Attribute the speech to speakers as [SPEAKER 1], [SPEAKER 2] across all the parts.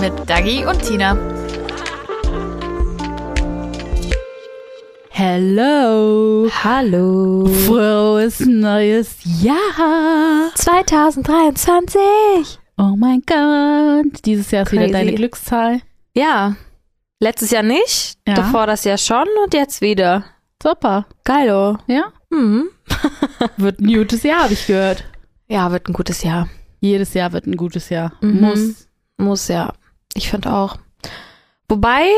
[SPEAKER 1] Mit Dagi und Tina.
[SPEAKER 2] Hello!
[SPEAKER 3] Hallo.
[SPEAKER 2] Frohes neues Jahr!
[SPEAKER 3] 2023.
[SPEAKER 2] Oh mein Gott! Dieses Jahr ist wieder
[SPEAKER 3] Crazy.
[SPEAKER 2] deine Glückszahl.
[SPEAKER 3] Ja. Letztes Jahr nicht,
[SPEAKER 2] Ja.
[SPEAKER 3] davor das Jahr schon und jetzt wieder.
[SPEAKER 2] Super,
[SPEAKER 3] Geilo.
[SPEAKER 2] ja?
[SPEAKER 3] Hm.
[SPEAKER 2] Wird ein gutes Jahr, habe ich gehört.
[SPEAKER 3] Ja, wird ein gutes Jahr.
[SPEAKER 2] Jedes Jahr wird ein gutes Jahr.
[SPEAKER 3] Mhm.
[SPEAKER 2] Muss.
[SPEAKER 3] Muss ja. Ich finde auch. Wobei,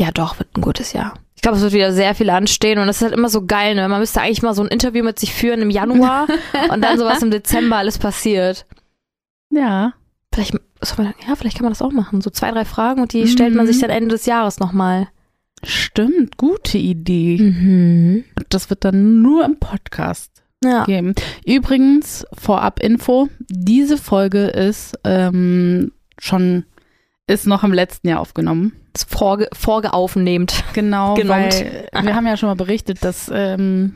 [SPEAKER 3] ja doch, wird ein gutes Jahr. Ich glaube, es wird wieder sehr viel anstehen und das ist halt immer so geil, ne? Man müsste eigentlich mal so ein Interview mit sich führen im Januar und dann sowas im Dezember alles passiert.
[SPEAKER 2] Ja.
[SPEAKER 3] Vielleicht, soll man, ja, vielleicht kann man das auch machen. So zwei, drei Fragen und die
[SPEAKER 2] Mhm.
[SPEAKER 3] stellt man sich dann Ende des Jahres nochmal.
[SPEAKER 2] Stimmt, gute Idee.
[SPEAKER 3] Mhm.
[SPEAKER 2] Das wird dann nur im Podcast
[SPEAKER 3] Ja.
[SPEAKER 2] geben. Übrigens, vorab Info, diese Folge ist ähm, schon, ist noch im letzten Jahr aufgenommen.
[SPEAKER 3] Ist Vorge vorgeaufnehmt.
[SPEAKER 2] Genau,
[SPEAKER 3] Genommt.
[SPEAKER 2] weil wir haben ja schon mal berichtet, dass ähm,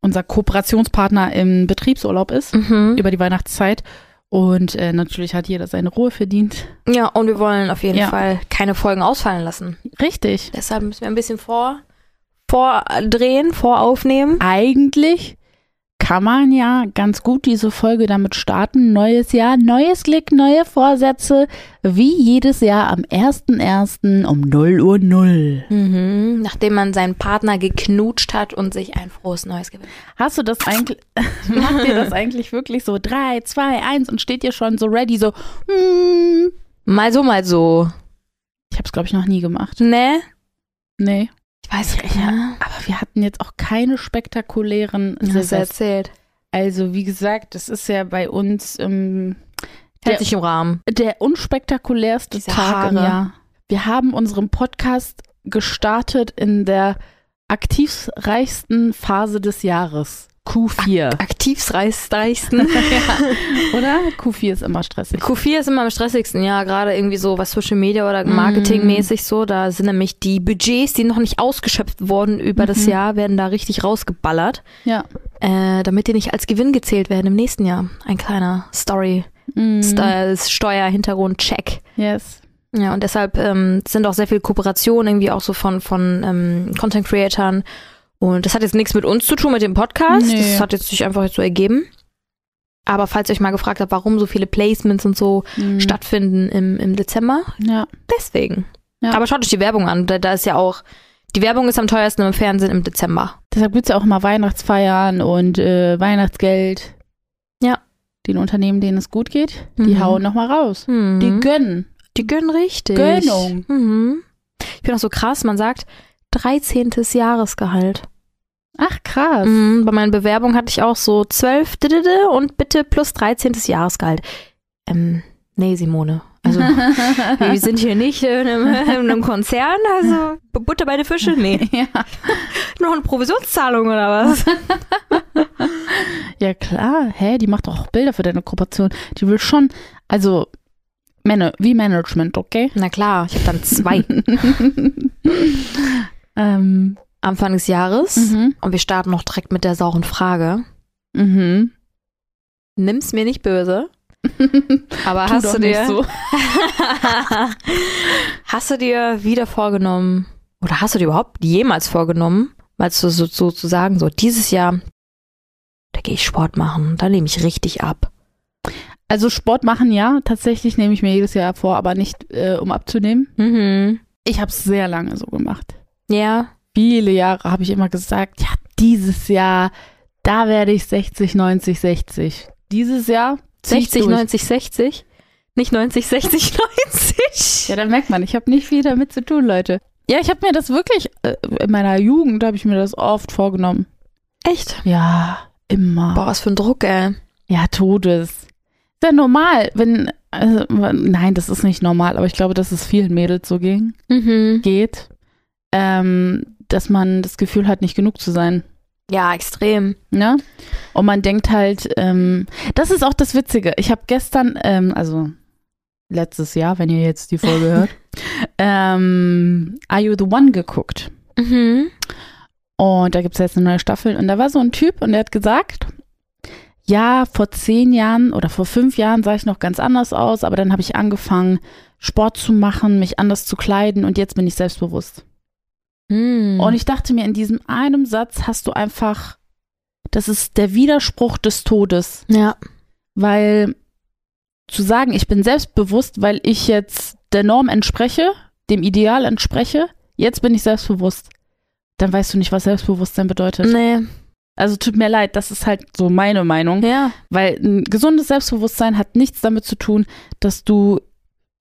[SPEAKER 2] unser Kooperationspartner im Betriebsurlaub ist
[SPEAKER 3] Mhm.
[SPEAKER 2] über die Weihnachtszeit. Und äh, natürlich hat jeder seine Ruhe verdient.
[SPEAKER 3] Ja, und wir wollen auf jeden
[SPEAKER 2] Ja.
[SPEAKER 3] Fall keine Folgen ausfallen lassen.
[SPEAKER 2] Richtig.
[SPEAKER 3] Deshalb müssen wir ein bisschen vor, vordrehen, voraufnehmen.
[SPEAKER 2] Eigentlich kann man ja ganz gut diese Folge damit starten. Neues Jahr, neues Glück, neue Vorsätze. Wie jedes Jahr am 1.1. um 0 Uhr 0.
[SPEAKER 3] Mhm. Nachdem man seinen Partner geknutscht hat und sich ein frohes Neues gewünscht.
[SPEAKER 2] Hast du das eigentlich, macht ihr das eigentlich wirklich so 3, 2, 1 und steht ihr schon so ready, so, mm.
[SPEAKER 3] Mal so, mal so.
[SPEAKER 2] Ich hab's, glaube ich, noch nie gemacht.
[SPEAKER 3] Ne?
[SPEAKER 2] Nee.
[SPEAKER 3] Ich weiß nicht.
[SPEAKER 2] Ja,
[SPEAKER 3] Ja.
[SPEAKER 2] Aber wir hatten jetzt auch keine spektakulären
[SPEAKER 3] Hast du
[SPEAKER 2] Silvester.
[SPEAKER 3] erzählt.
[SPEAKER 2] Also, wie gesagt, das ist ja bei uns ähm,
[SPEAKER 3] Hält sich im Rahmen.
[SPEAKER 2] der unspektakulärste
[SPEAKER 3] Diese
[SPEAKER 2] Tag im
[SPEAKER 3] Haare.
[SPEAKER 2] Jahr. Wir haben unseren Podcast gestartet in der aktivreichsten Phase des Jahres. Q4,
[SPEAKER 3] Aktivreichsten.
[SPEAKER 2] oder? Q4 ist immer stressig.
[SPEAKER 3] Q4 ist immer am stressigsten, ja, gerade irgendwie so was Social Media oder Marketingmäßig so, da sind nämlich die Budgets, die noch nicht ausgeschöpft wurden über das
[SPEAKER 2] Mhm.
[SPEAKER 3] Jahr, werden da richtig rausgeballert,
[SPEAKER 2] Ja.
[SPEAKER 3] äh, damit die nicht als Gewinn gezählt werden im nächsten Jahr. Ein kleiner Story,
[SPEAKER 2] Mm,
[SPEAKER 3] St äh, Steuerhintergrund-Check.
[SPEAKER 2] yes.
[SPEAKER 3] Ja, und deshalb ähm, sind auch sehr viel Kooperationen irgendwie auch so von, von ähm, Content-Creatern und das hat jetzt nichts mit uns zu tun, mit dem Podcast,
[SPEAKER 2] Nee.
[SPEAKER 3] das hat jetzt sich einfach jetzt so ergeben. Aber falls ihr euch mal gefragt habt, warum so viele Placements und so,
[SPEAKER 2] Mm,
[SPEAKER 3] stattfinden im, im Dezember.
[SPEAKER 2] Ja.
[SPEAKER 3] Deswegen.
[SPEAKER 2] Ja.
[SPEAKER 3] Aber schaut euch die Werbung an. Da, da ist ja auch, die Werbung ist am teuersten im Fernsehen im Dezember.
[SPEAKER 2] Deshalb gibt es ja auch immer Weihnachtsfeiern und äh, Weihnachtsgeld.
[SPEAKER 3] Ja.
[SPEAKER 2] Den Unternehmen, denen es gut geht, die
[SPEAKER 3] Mhm.
[SPEAKER 2] hauen nochmal raus. Die
[SPEAKER 3] Die,
[SPEAKER 2] gönnen.
[SPEAKER 3] die gönnen richtig.
[SPEAKER 2] Mhm. Gönnung.
[SPEAKER 3] Mhm. Ich bin auch so krass, man sagt 13. Jahresgehalt.
[SPEAKER 2] Ach, krass.
[SPEAKER 3] Mhm, bei meinen Bewerbungen hatte ich auch so 12 didede und bitte plus 13. Jahresgehalt. Ähm, nee, Simone. Also, wir sind hier nicht in einem, in einem Konzern, also Butter bei den Fische, nee.
[SPEAKER 2] ja.
[SPEAKER 3] Noch eine Provisionszahlung oder was?
[SPEAKER 2] Ja, klar. Hä, die macht auch Bilder für deine Kooperation. Die will schon, also, Männer, wie Management, okay?
[SPEAKER 3] Na klar, ich habe dann zwei
[SPEAKER 2] ähm,
[SPEAKER 3] Anfang des Jahres.
[SPEAKER 2] mhm.
[SPEAKER 3] Und wir starten noch direkt mit der sauren Frage.
[SPEAKER 2] Mhm.
[SPEAKER 3] Nimm's mir nicht böse, aber
[SPEAKER 2] Tu
[SPEAKER 3] Ah, hast
[SPEAKER 2] doch
[SPEAKER 3] du
[SPEAKER 2] nicht
[SPEAKER 3] dir
[SPEAKER 2] so.
[SPEAKER 3] hast du dir wieder vorgenommen oder hast du dir überhaupt jemals vorgenommen, mal so, so, so zu sagen, so dieses Jahr, da gehe ich Sport machen, da nehme ich richtig ab.
[SPEAKER 2] Also Sport machen, ja, tatsächlich nehme ich mir jedes Jahr vor, aber nicht, äh, um abzunehmen.
[SPEAKER 3] Mhm.
[SPEAKER 2] Ich habe es sehr lange so gemacht.
[SPEAKER 3] Ja.
[SPEAKER 2] Viele Jahre habe ich immer gesagt, ja, dieses Jahr, da werde ich 60, 90, 60. Dieses Jahr zieh ich
[SPEAKER 3] 60,
[SPEAKER 2] durch.
[SPEAKER 3] 90, 60. Nicht 90, 60, 90.
[SPEAKER 2] Ja, da merkt man, ich habe nicht viel damit zu tun, Leute. Ja, ich habe mir das wirklich, äh, in meiner Jugend habe ich mir das oft vorgenommen.
[SPEAKER 3] Echt?
[SPEAKER 2] Ja, immer.
[SPEAKER 3] Boah, was für ein Druck, ey.
[SPEAKER 2] Ja, Todes. Ist ja normal, wenn Also, nein, das ist nicht normal, aber ich glaube, dass es vielen Mädels so ging,
[SPEAKER 3] Mhm.
[SPEAKER 2] geht, ähm, dass man das Gefühl hat, nicht genug zu sein.
[SPEAKER 3] Ja, extrem.
[SPEAKER 2] Ne? Und man denkt halt, ähm, das ist auch das Witzige. Ich habe gestern, ähm, also letztes Jahr, wenn ihr jetzt die Folge hört, ähm, Are You the One geguckt.
[SPEAKER 3] Mhm.
[SPEAKER 2] Und da gibt es jetzt eine neue Staffel. Und da war so ein Typ und der hat gesagt, ja, vor zehn Jahren oder vor fünf Jahren sah ich noch ganz anders aus, aber dann habe ich angefangen, Sport zu machen, mich anders zu kleiden und jetzt bin ich selbstbewusst.
[SPEAKER 3] Mhm.
[SPEAKER 2] Und ich dachte mir, in diesem einem Satz hast du einfach, das ist der Widerspruch des Todes.
[SPEAKER 3] ja.
[SPEAKER 2] Weil zu sagen, ich bin selbstbewusst, weil ich jetzt der Norm entspreche, dem Ideal entspreche, jetzt bin ich selbstbewusst. Dann weißt du nicht, was Selbstbewusstsein bedeutet.
[SPEAKER 3] Nee.
[SPEAKER 2] Also tut mir leid, das ist halt so meine Meinung.
[SPEAKER 3] Ja.
[SPEAKER 2] Weil ein gesundes Selbstbewusstsein hat nichts damit zu tun, dass du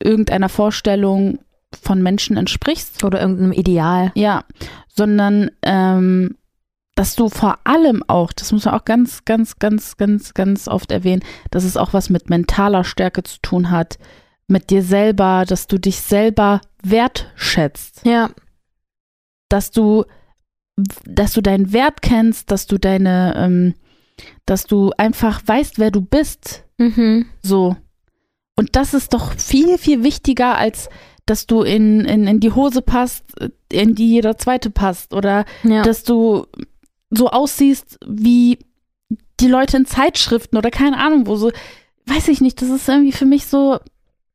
[SPEAKER 2] irgendeiner Vorstellung von Menschen entsprichst.
[SPEAKER 3] Oder irgendeinem Ideal.
[SPEAKER 2] Ja, sondern ähm, dass du vor allem auch, das muss man auch ganz, ganz, ganz, ganz, ganz oft erwähnen, dass es auch was mit mentaler Stärke zu tun hat, mit dir selber, dass du dich selber wertschätzt,
[SPEAKER 3] Ja.
[SPEAKER 2] dass du, dass du deinen Wert kennst, dass du deine, ähm, dass du einfach weißt, wer du bist,
[SPEAKER 3] Mhm.
[SPEAKER 2] so. Und das ist doch viel, viel wichtiger, als dass du in, in, in die Hose passt, in die jeder zweite passt. Oder
[SPEAKER 3] Ja.
[SPEAKER 2] dass du so aussiehst wie die Leute in Zeitschriften oder keine Ahnung, wo so. Weiß ich nicht, das ist irgendwie für mich so.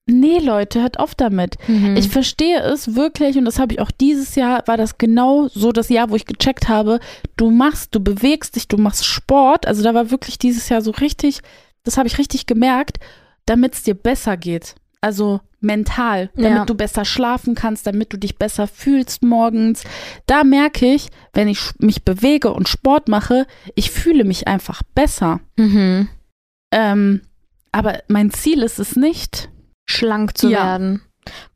[SPEAKER 2] Nee, Leute, hört auf damit.
[SPEAKER 3] mhm.
[SPEAKER 2] Ich verstehe es wirklich und das habe ich auch dieses Jahr, war das genau so das Jahr, wo ich gecheckt habe, du machst, du bewegst dich, du machst Sport. Also da war wirklich dieses Jahr so richtig, das habe ich richtig gemerkt, damit es dir besser geht. Also mental, damit
[SPEAKER 3] Ja.
[SPEAKER 2] du besser schlafen kannst, damit du dich besser fühlst morgens. Da merke ich, wenn ich sch- mich bewege und Sport mache, ich fühle mich einfach besser.
[SPEAKER 3] mhm.
[SPEAKER 2] Ähm, aber mein Ziel ist es nicht.
[SPEAKER 3] Schlank zu
[SPEAKER 2] Ja.
[SPEAKER 3] werden.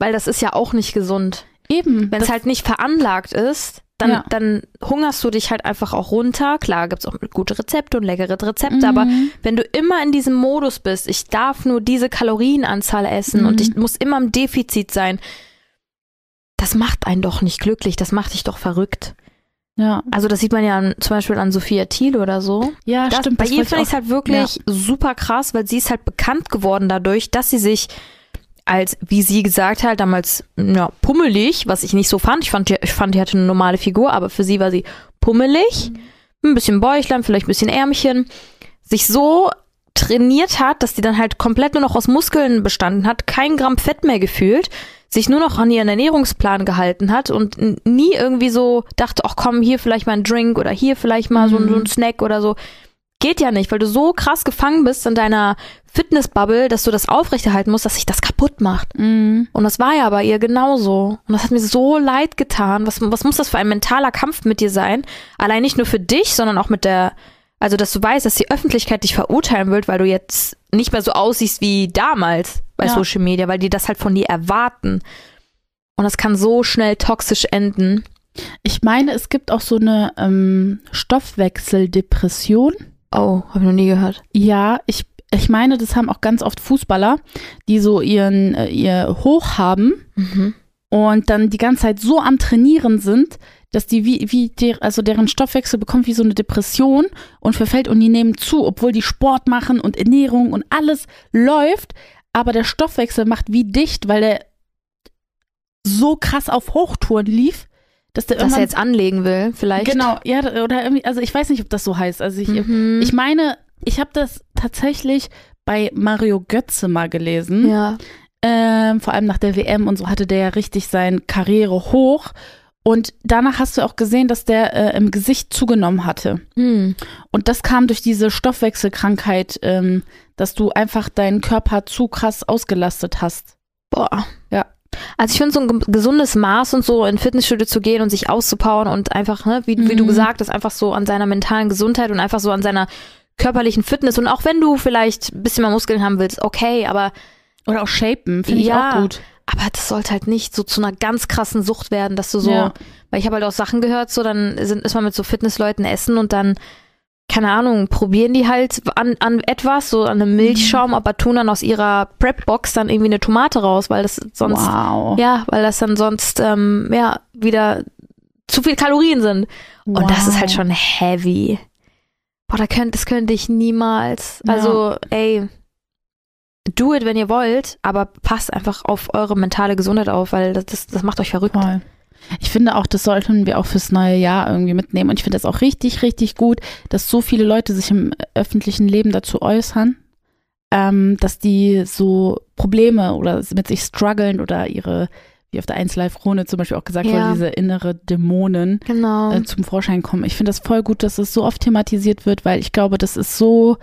[SPEAKER 3] Weil das ist ja auch nicht gesund.
[SPEAKER 2] Eben.
[SPEAKER 3] Wenn es
[SPEAKER 2] das-
[SPEAKER 3] halt nicht veranlagt ist, dann,
[SPEAKER 2] Ja.
[SPEAKER 3] dann hungerst du dich halt einfach auch runter. Klar, gibt's auch gute Rezepte und leckere Rezepte, aber
[SPEAKER 2] Mhm.
[SPEAKER 3] wenn du immer in diesem Modus bist, ich darf nur diese Kalorienanzahl essen und
[SPEAKER 2] Mhm.
[SPEAKER 3] ich muss immer im Defizit sein, das macht einen doch nicht glücklich, das macht dich doch verrückt.
[SPEAKER 2] Ja,
[SPEAKER 3] Also das sieht man ja an, zum Beispiel an Sophia Thiel oder so.
[SPEAKER 2] ja
[SPEAKER 3] Das,
[SPEAKER 2] stimmt.
[SPEAKER 3] bei
[SPEAKER 2] das
[SPEAKER 3] ihr
[SPEAKER 2] wollte
[SPEAKER 3] finde ich es halt wirklich super krass, weil sie ist halt bekannt geworden dadurch, dass sie sich als, wie sie gesagt hat, damals ja, pummelig, was ich nicht so fand. Ich fand, die- ich fand, die hatte eine normale Figur, aber für sie war sie pummelig,
[SPEAKER 2] Mhm.
[SPEAKER 3] ein bisschen Bäuchlein, vielleicht ein bisschen Ärmchen, sich so trainiert hat, dass die dann halt komplett nur noch aus Muskeln bestanden hat, kein Gramm Fett mehr gefühlt, sich nur noch an ihren Ernährungsplan gehalten hat und n- nie irgendwie so dachte, ach komm, hier vielleicht mal ein Drink oder hier vielleicht mal so, ein-
[SPEAKER 2] Mhm.
[SPEAKER 3] so ein Snack oder so. Geht ja nicht, weil du so krass gefangen bist in deiner Fitnessbubble, dass du das aufrechterhalten musst, dass sich das kaputt macht.
[SPEAKER 2] auch. Mhm.
[SPEAKER 3] Und das war ja bei ihr genauso. Und das hat mir so leid getan. Was, was muss das für ein mentaler Kampf mit dir sein? Allein nicht nur für dich, sondern auch mit der, also dass du weißt, dass die Öffentlichkeit dich verurteilen wird, weil du jetzt nicht mehr so aussiehst wie damals bei
[SPEAKER 2] Ja.
[SPEAKER 3] Social Media, weil die das halt von dir erwarten. Und das kann so schnell toxisch enden.
[SPEAKER 2] Ich meine, es gibt auch so eine ähm, Stoffwechseldepression.
[SPEAKER 3] Oh, habe ich noch nie gehört.
[SPEAKER 2] Ja, ich, ich meine, das haben auch ganz oft Fußballer, die so ihren, äh, ihr Hoch haben
[SPEAKER 3] Mhm.
[SPEAKER 2] und dann die ganze Zeit so am Trainieren sind, dass die wie, wie der, also deren Stoffwechsel bekommt wie so eine Depression und verfällt und die nehmen zu, obwohl die Sport machen und Ernährung und alles läuft, aber der Stoffwechsel macht wie dicht, weil der so krass auf Hochtouren lief, dass der
[SPEAKER 3] Dass er
[SPEAKER 2] irgendwann
[SPEAKER 3] jetzt anlegen will, vielleicht.
[SPEAKER 2] Genau, ja, da- oder irgendwie, also ich weiß nicht, ob das so heißt. Also ich,
[SPEAKER 3] Mhm.
[SPEAKER 2] ich meine, ich habe das tatsächlich bei Mario Götze mal gelesen.
[SPEAKER 3] ja.
[SPEAKER 2] Ähm, vor allem nach der WM und so hatte der ja richtig seine Karriere hoch. Und danach hast du auch gesehen, dass der äh, im Gesicht zugenommen hatte.
[SPEAKER 3] Hm.
[SPEAKER 2] Und das kam durch diese Stoffwechselkrankheit, ähm, dass du einfach deinen Körper zu krass ausgelastet hast.
[SPEAKER 3] Boah.
[SPEAKER 2] Ja.
[SPEAKER 3] Also ich finde so ein ge- gesundes Maß und so in Fitnessstudio zu gehen und sich auszupowern und einfach, ne, wie, wie du
[SPEAKER 2] Mhm.
[SPEAKER 3] gesagt hast, einfach so an seiner mentalen Gesundheit und einfach so an seiner körperlichen Fitness und auch wenn du vielleicht ein bisschen mehr Muskeln haben willst, okay, aber,
[SPEAKER 2] Oder auch Shapen, finde ich
[SPEAKER 3] Ja.
[SPEAKER 2] auch gut.
[SPEAKER 3] aber das sollte halt nicht so zu einer ganz krassen Sucht werden, dass du so,
[SPEAKER 2] Ja.
[SPEAKER 3] weil ich habe halt auch Sachen gehört, so dann sind, ist man mit so Fitnessleuten essen und dann, keine Ahnung, probieren die halt an, an etwas, so an
[SPEAKER 2] Mhm.
[SPEAKER 3] einem Milchschaum, aber tun dann aus ihrer Prep-Box dann irgendwie eine Tomate raus, weil das sonst,
[SPEAKER 2] wow.
[SPEAKER 3] ja, weil das dann sonst, ähm, ja, wieder zu viel Kalorien sind. Und das ist halt schon heavy. Boah, da könnt, das könnte ich niemals.
[SPEAKER 2] Ja.
[SPEAKER 3] Also, ey, do it, wenn ihr wollt, aber passt einfach auf eure mentale Gesundheit auf, weil das, das, das macht euch verrückt.
[SPEAKER 2] Voll. Ich finde auch, das sollten wir auch fürs neue Jahr irgendwie mitnehmen. Und ich finde das auch richtig, richtig gut, dass so viele Leute sich im öffentlichen Leben dazu äußern, ähm, dass die so Probleme oder mit sich strugglen oder ihre, wie auf der 1 Live Krone zum Beispiel auch gesagt
[SPEAKER 3] Ja.
[SPEAKER 2] wurde, diese innere Dämonen
[SPEAKER 3] Genau.
[SPEAKER 2] äh, zum Vorschein kommen. Ich finde das voll gut, dass es so oft thematisiert wird, weil ich glaube, das ist so,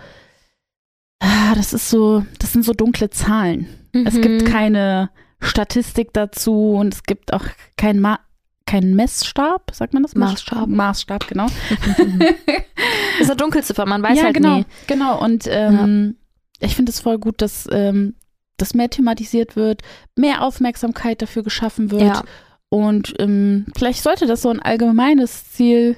[SPEAKER 2] ah, das ist so, das sind so dunkle Zahlen. Es gibt
[SPEAKER 3] kein
[SPEAKER 2] keine Statistik dazu und es gibt auch keinen Ma kein Messstab, sagt man das?
[SPEAKER 3] Maßstab.
[SPEAKER 2] Maßstab, genau.
[SPEAKER 3] ist eine Dunkelziffer, man weiß
[SPEAKER 2] ja,
[SPEAKER 3] halt
[SPEAKER 2] genau,
[SPEAKER 3] nie.
[SPEAKER 2] genau. Und ähm, ich finde es voll gut, dass ähm, das mehr thematisiert wird, mehr Aufmerksamkeit dafür geschaffen wird.
[SPEAKER 3] Ja.
[SPEAKER 2] Und ähm, vielleicht sollte das so ein allgemeines Ziel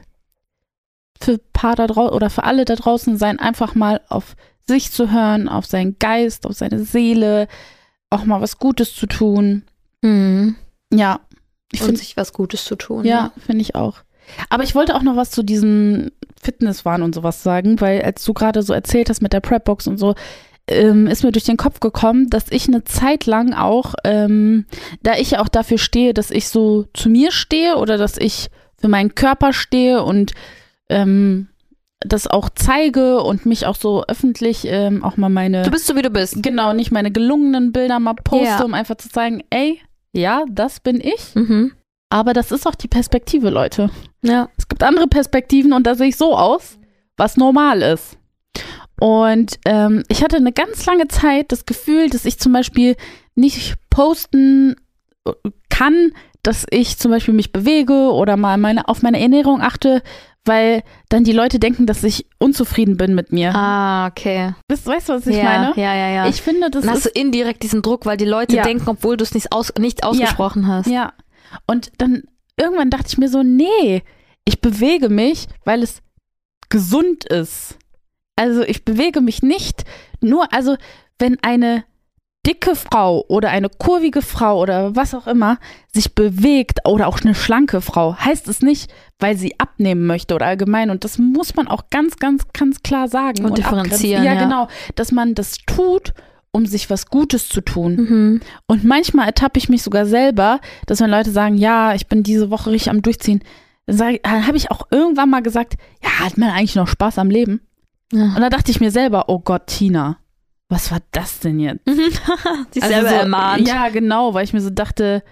[SPEAKER 2] für paar da draußen oder für alle da draußen sein, einfach mal auf sich zu hören, auf seinen Geist, auf seine Seele, auch mal was Gutes zu tun.
[SPEAKER 3] Mhm.
[SPEAKER 2] Ja, ich
[SPEAKER 3] Und
[SPEAKER 2] finde
[SPEAKER 3] sich was Gutes zu tun. ne?
[SPEAKER 2] ja, finde ich auch. Aber ich wollte auch noch was zu diesem Fitnesswahn und sowas sagen, weil als du gerade so erzählt hast mit der Prepbox und so, ähm, ist mir durch den Kopf gekommen, dass ich eine Zeit lang auch, ähm, da ich ja auch dafür stehe, dass ich so zu mir stehe oder dass ich für meinen Körper stehe und ähm, das auch zeige und mich auch so öffentlich ähm, auch mal meine
[SPEAKER 3] Du bist so, wie du bist.
[SPEAKER 2] genau nicht meine gelungenen Bilder mal poste,
[SPEAKER 3] Ja.
[SPEAKER 2] um einfach zu zeigen, ey, ja, das bin ich.
[SPEAKER 3] Mhm.
[SPEAKER 2] Aber das ist auch die Perspektive, Leute.
[SPEAKER 3] Ja.
[SPEAKER 2] Es gibt andere Perspektiven und da sehe ich so aus, was normal ist. Und ähm, ich hatte eine ganz lange Zeit das Gefühl, dass ich zum Beispiel nicht posten äh, kann, dass ich zum Beispiel mich bewege oder mal meine, auf meine Ernährung achte, weil dann die Leute denken, dass ich unzufrieden bin mit mir.
[SPEAKER 3] Ah, okay.
[SPEAKER 2] Weißt, weißt du, was ich
[SPEAKER 3] ja,
[SPEAKER 2] meine?
[SPEAKER 3] ja, ja, ja.
[SPEAKER 2] Ich finde, das
[SPEAKER 3] dann
[SPEAKER 2] ist
[SPEAKER 3] hast du indirekt diesen Druck, weil die Leute
[SPEAKER 2] Ja.
[SPEAKER 3] denken, obwohl du es nicht, aus, nicht ausgesprochen hast.
[SPEAKER 2] Ja. Und dann irgendwann dachte ich mir so, nee, ich bewege mich, weil es gesund ist. Also ich bewege mich nicht nur, also wenn eine dicke Frau oder eine kurvige Frau oder was auch immer sich bewegt oder auch eine schlanke Frau, heißt es nicht, weil sie abnehmen möchte oder allgemein. Und das muss man auch ganz, ganz, ganz klar sagen.
[SPEAKER 3] Und differenzieren,
[SPEAKER 2] abgrenzen.
[SPEAKER 3] ja.
[SPEAKER 2] ja, genau. Dass man das tut, um sich was Gutes zu tun.
[SPEAKER 3] Mhm.
[SPEAKER 2] Und manchmal ertappe ich mich sogar selber, dass wenn Leute sagen, ja, ich bin diese Woche richtig am Durchziehen, dann, sag ich- dann habe ich auch irgendwann mal gesagt, ja, hat man eigentlich noch Spaß am Leben?
[SPEAKER 3] Ja.
[SPEAKER 2] Und da dachte ich mir selber, oh Gott, Tina, was war das denn jetzt?
[SPEAKER 3] Sich
[SPEAKER 2] Also
[SPEAKER 3] selber
[SPEAKER 2] so,
[SPEAKER 3] ermahnt.
[SPEAKER 2] Ja, genau, weil ich mir so dachte,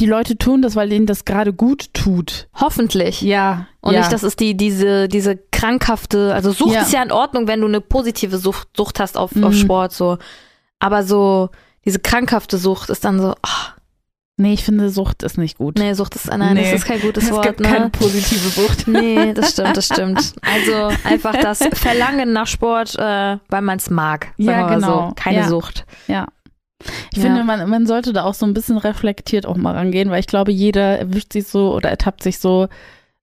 [SPEAKER 2] die Leute tun das, weil ihnen das gerade gut tut.
[SPEAKER 3] Hoffentlich.
[SPEAKER 2] Ja.
[SPEAKER 3] Und
[SPEAKER 2] ja.
[SPEAKER 3] nicht, dass es die, diese, diese krankhafte, also Sucht
[SPEAKER 2] Ja.
[SPEAKER 3] ist ja in Ordnung, wenn du eine positive Sucht, Sucht hast auf, auf
[SPEAKER 2] Mhm.
[SPEAKER 3] Sport, so. Aber so, diese krankhafte Sucht ist dann so, ach,
[SPEAKER 2] nee, ich finde, Sucht ist nicht gut.
[SPEAKER 3] nee, Sucht ist, nein,
[SPEAKER 2] Nee.
[SPEAKER 3] das ist kein gutes
[SPEAKER 2] es
[SPEAKER 3] Wort,
[SPEAKER 2] gibt
[SPEAKER 3] ne?
[SPEAKER 2] keine positive Sucht.
[SPEAKER 3] Nee, das stimmt, das stimmt. Also einfach das Verlangen nach Sport, äh, weil man es mag. Sagen
[SPEAKER 2] Ja,
[SPEAKER 3] wir mal So.
[SPEAKER 2] genau.
[SPEAKER 3] Keine
[SPEAKER 2] Ja.
[SPEAKER 3] Sucht.
[SPEAKER 2] Ich
[SPEAKER 3] Ja.
[SPEAKER 2] finde, man, man sollte da auch so ein bisschen reflektiert auch mal rangehen, weil ich glaube, jeder erwischt sich so oder ertappt sich so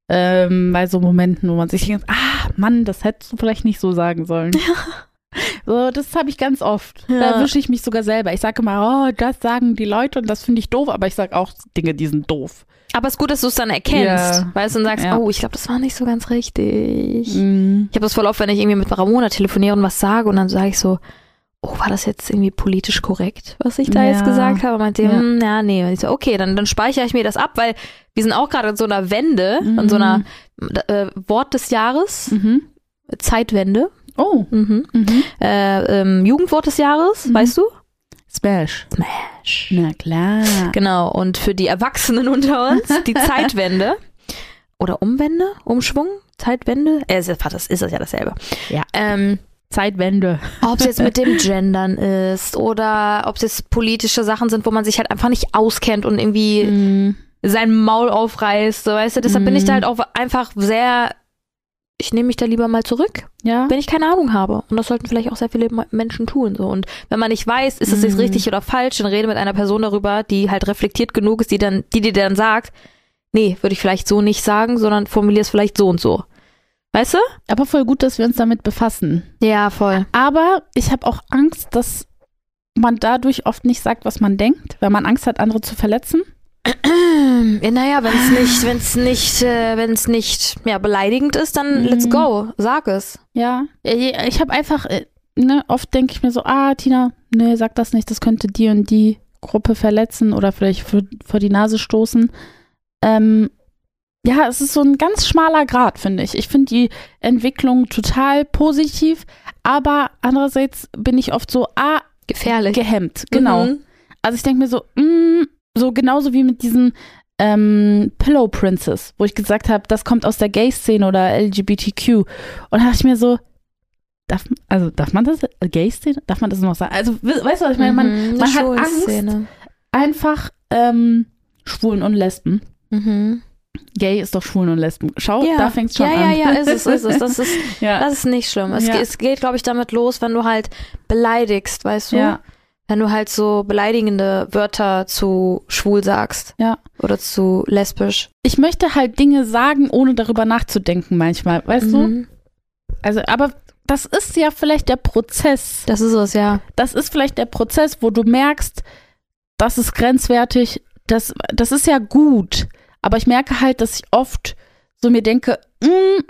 [SPEAKER 2] ähm, bei so Momenten, wo man sich denkt, ah, Mann, das hättest du vielleicht nicht so sagen sollen. So, das habe ich ganz oft.
[SPEAKER 3] Ja.
[SPEAKER 2] Da erwische ich mich sogar selber. Ich sage immer, oh, das sagen die Leute und das finde ich doof, aber ich sage auch Dinge, die sind doof.
[SPEAKER 3] Aber es ist gut, dass du es dann erkennst,
[SPEAKER 2] Ja.
[SPEAKER 3] weißt du, und sagst,
[SPEAKER 2] Ja.
[SPEAKER 3] oh, ich glaube, das war nicht so ganz richtig.
[SPEAKER 2] Mhm.
[SPEAKER 3] Ich habe das voll oft, wenn ich irgendwie mit Ramona telefoniere und was sage und dann sage ich so, oh, war das jetzt irgendwie politisch korrekt, was ich da
[SPEAKER 2] Ja.
[SPEAKER 3] jetzt gesagt habe? Und meinte,
[SPEAKER 2] Ja.
[SPEAKER 3] hm, ja, nee. Und ich so, okay, dann, dann speichere ich mir das ab, weil wir sind auch gerade in so einer Wende, in so einer äh, Wort des Jahres,
[SPEAKER 2] Mhm.
[SPEAKER 3] Zeitwende,
[SPEAKER 2] Oh,
[SPEAKER 3] mhm.
[SPEAKER 2] mhm.
[SPEAKER 3] äh, ähm, Jugendwort des Jahres,
[SPEAKER 2] Mhm.
[SPEAKER 3] weißt du?
[SPEAKER 2] Smash. Na klar.
[SPEAKER 3] Genau, und für die Erwachsenen unter uns, die Zeitwende oder Umwende, Umschwung, Zeitwende, äh, ist, das ist das ja dasselbe.
[SPEAKER 2] Ja.
[SPEAKER 3] Ähm,
[SPEAKER 2] Zeitwende.
[SPEAKER 3] ob es jetzt mit dem Gendern ist oder ob es jetzt politische Sachen sind, wo man sich halt einfach nicht auskennt und irgendwie
[SPEAKER 2] Mhm.
[SPEAKER 3] sein Maul aufreißt, so weißt du, deshalb bin ich da halt auch einfach sehr, ich nehme mich da lieber mal zurück,
[SPEAKER 2] Ja.
[SPEAKER 3] wenn ich keine Ahnung habe. Und das sollten vielleicht auch sehr viele Ma- Menschen tun. So. Und wenn man nicht weiß, ist das jetzt
[SPEAKER 2] Mhm.
[SPEAKER 3] richtig oder falsch, dann rede mit einer Person darüber, die halt reflektiert genug ist, die dann, die dir dann sagt, nee, würde ich vielleicht so nicht sagen, sondern formulier es vielleicht so und so. Weißt du?
[SPEAKER 2] Aber voll gut, dass wir uns damit befassen.
[SPEAKER 3] Ja, voll.
[SPEAKER 2] Aber ich habe auch Angst, dass man dadurch oft nicht sagt, was man denkt, weil man Angst hat, andere zu verletzen.
[SPEAKER 3] Ja, naja, wenn es nicht, wenn es nicht, äh, wenn es nicht ja, beleidigend ist, dann let's
[SPEAKER 2] Mhm.
[SPEAKER 3] go. Sag es.
[SPEAKER 2] Ja, ich habe einfach, äh, ne, oft denke ich mir so, ah, Tina, ne, sag das nicht, das könnte die und die Gruppe verletzen oder vielleicht vor, vor die Nase stoßen. Ähm, ja, es ist so ein ganz schmaler Grad, finde ich. Ich finde die Entwicklung total positiv, aber andererseits bin ich oft so, ah,
[SPEAKER 3] Gefährlich.
[SPEAKER 2] gehemmt, genau.
[SPEAKER 3] Mhm.
[SPEAKER 2] Also ich denke mir so, mm, so genauso wie mit diesem ähm, Pillow Princess, wo ich gesagt habe, das kommt aus der Gay-Szene oder LGBTQ. Und da dachte ich mir so, darf, also darf man das, äh, Gay-Szene, darf man das noch sagen? Also we- weißt du, was ich meine? Man
[SPEAKER 3] Mhm, eine
[SPEAKER 2] man hat
[SPEAKER 3] schwule
[SPEAKER 2] Angst.
[SPEAKER 3] Szene.
[SPEAKER 2] einfach ähm, Schwulen und Lesben.
[SPEAKER 3] Mhm.
[SPEAKER 2] Gay ist doch Schwulen und Lesben. Schau,
[SPEAKER 3] Ja.
[SPEAKER 2] Oh, da fängst schon
[SPEAKER 3] ja,
[SPEAKER 2] an.
[SPEAKER 3] Ja, ja, ist es, ist es. Das ist,
[SPEAKER 2] ja.
[SPEAKER 3] das ist nicht schlimm. Es,
[SPEAKER 2] Ja.
[SPEAKER 3] ge- es geht, glaube ich, damit los, wenn du halt beleidigst, weißt du?
[SPEAKER 2] ja.
[SPEAKER 3] Wenn du halt so beleidigende Wörter zu schwul sagst.
[SPEAKER 2] Ja.
[SPEAKER 3] Oder zu lesbisch.
[SPEAKER 2] Ich möchte halt Dinge sagen, ohne darüber nachzudenken manchmal, weißt du?
[SPEAKER 3] Mhm.
[SPEAKER 2] Also, aber das ist ja vielleicht der Prozess.
[SPEAKER 3] Das ist es, ja.
[SPEAKER 2] das ist vielleicht der Prozess, wo du merkst, das ist grenzwertig, das, das ist ja gut. Aber ich merke halt, dass ich oft so mir denke, mm,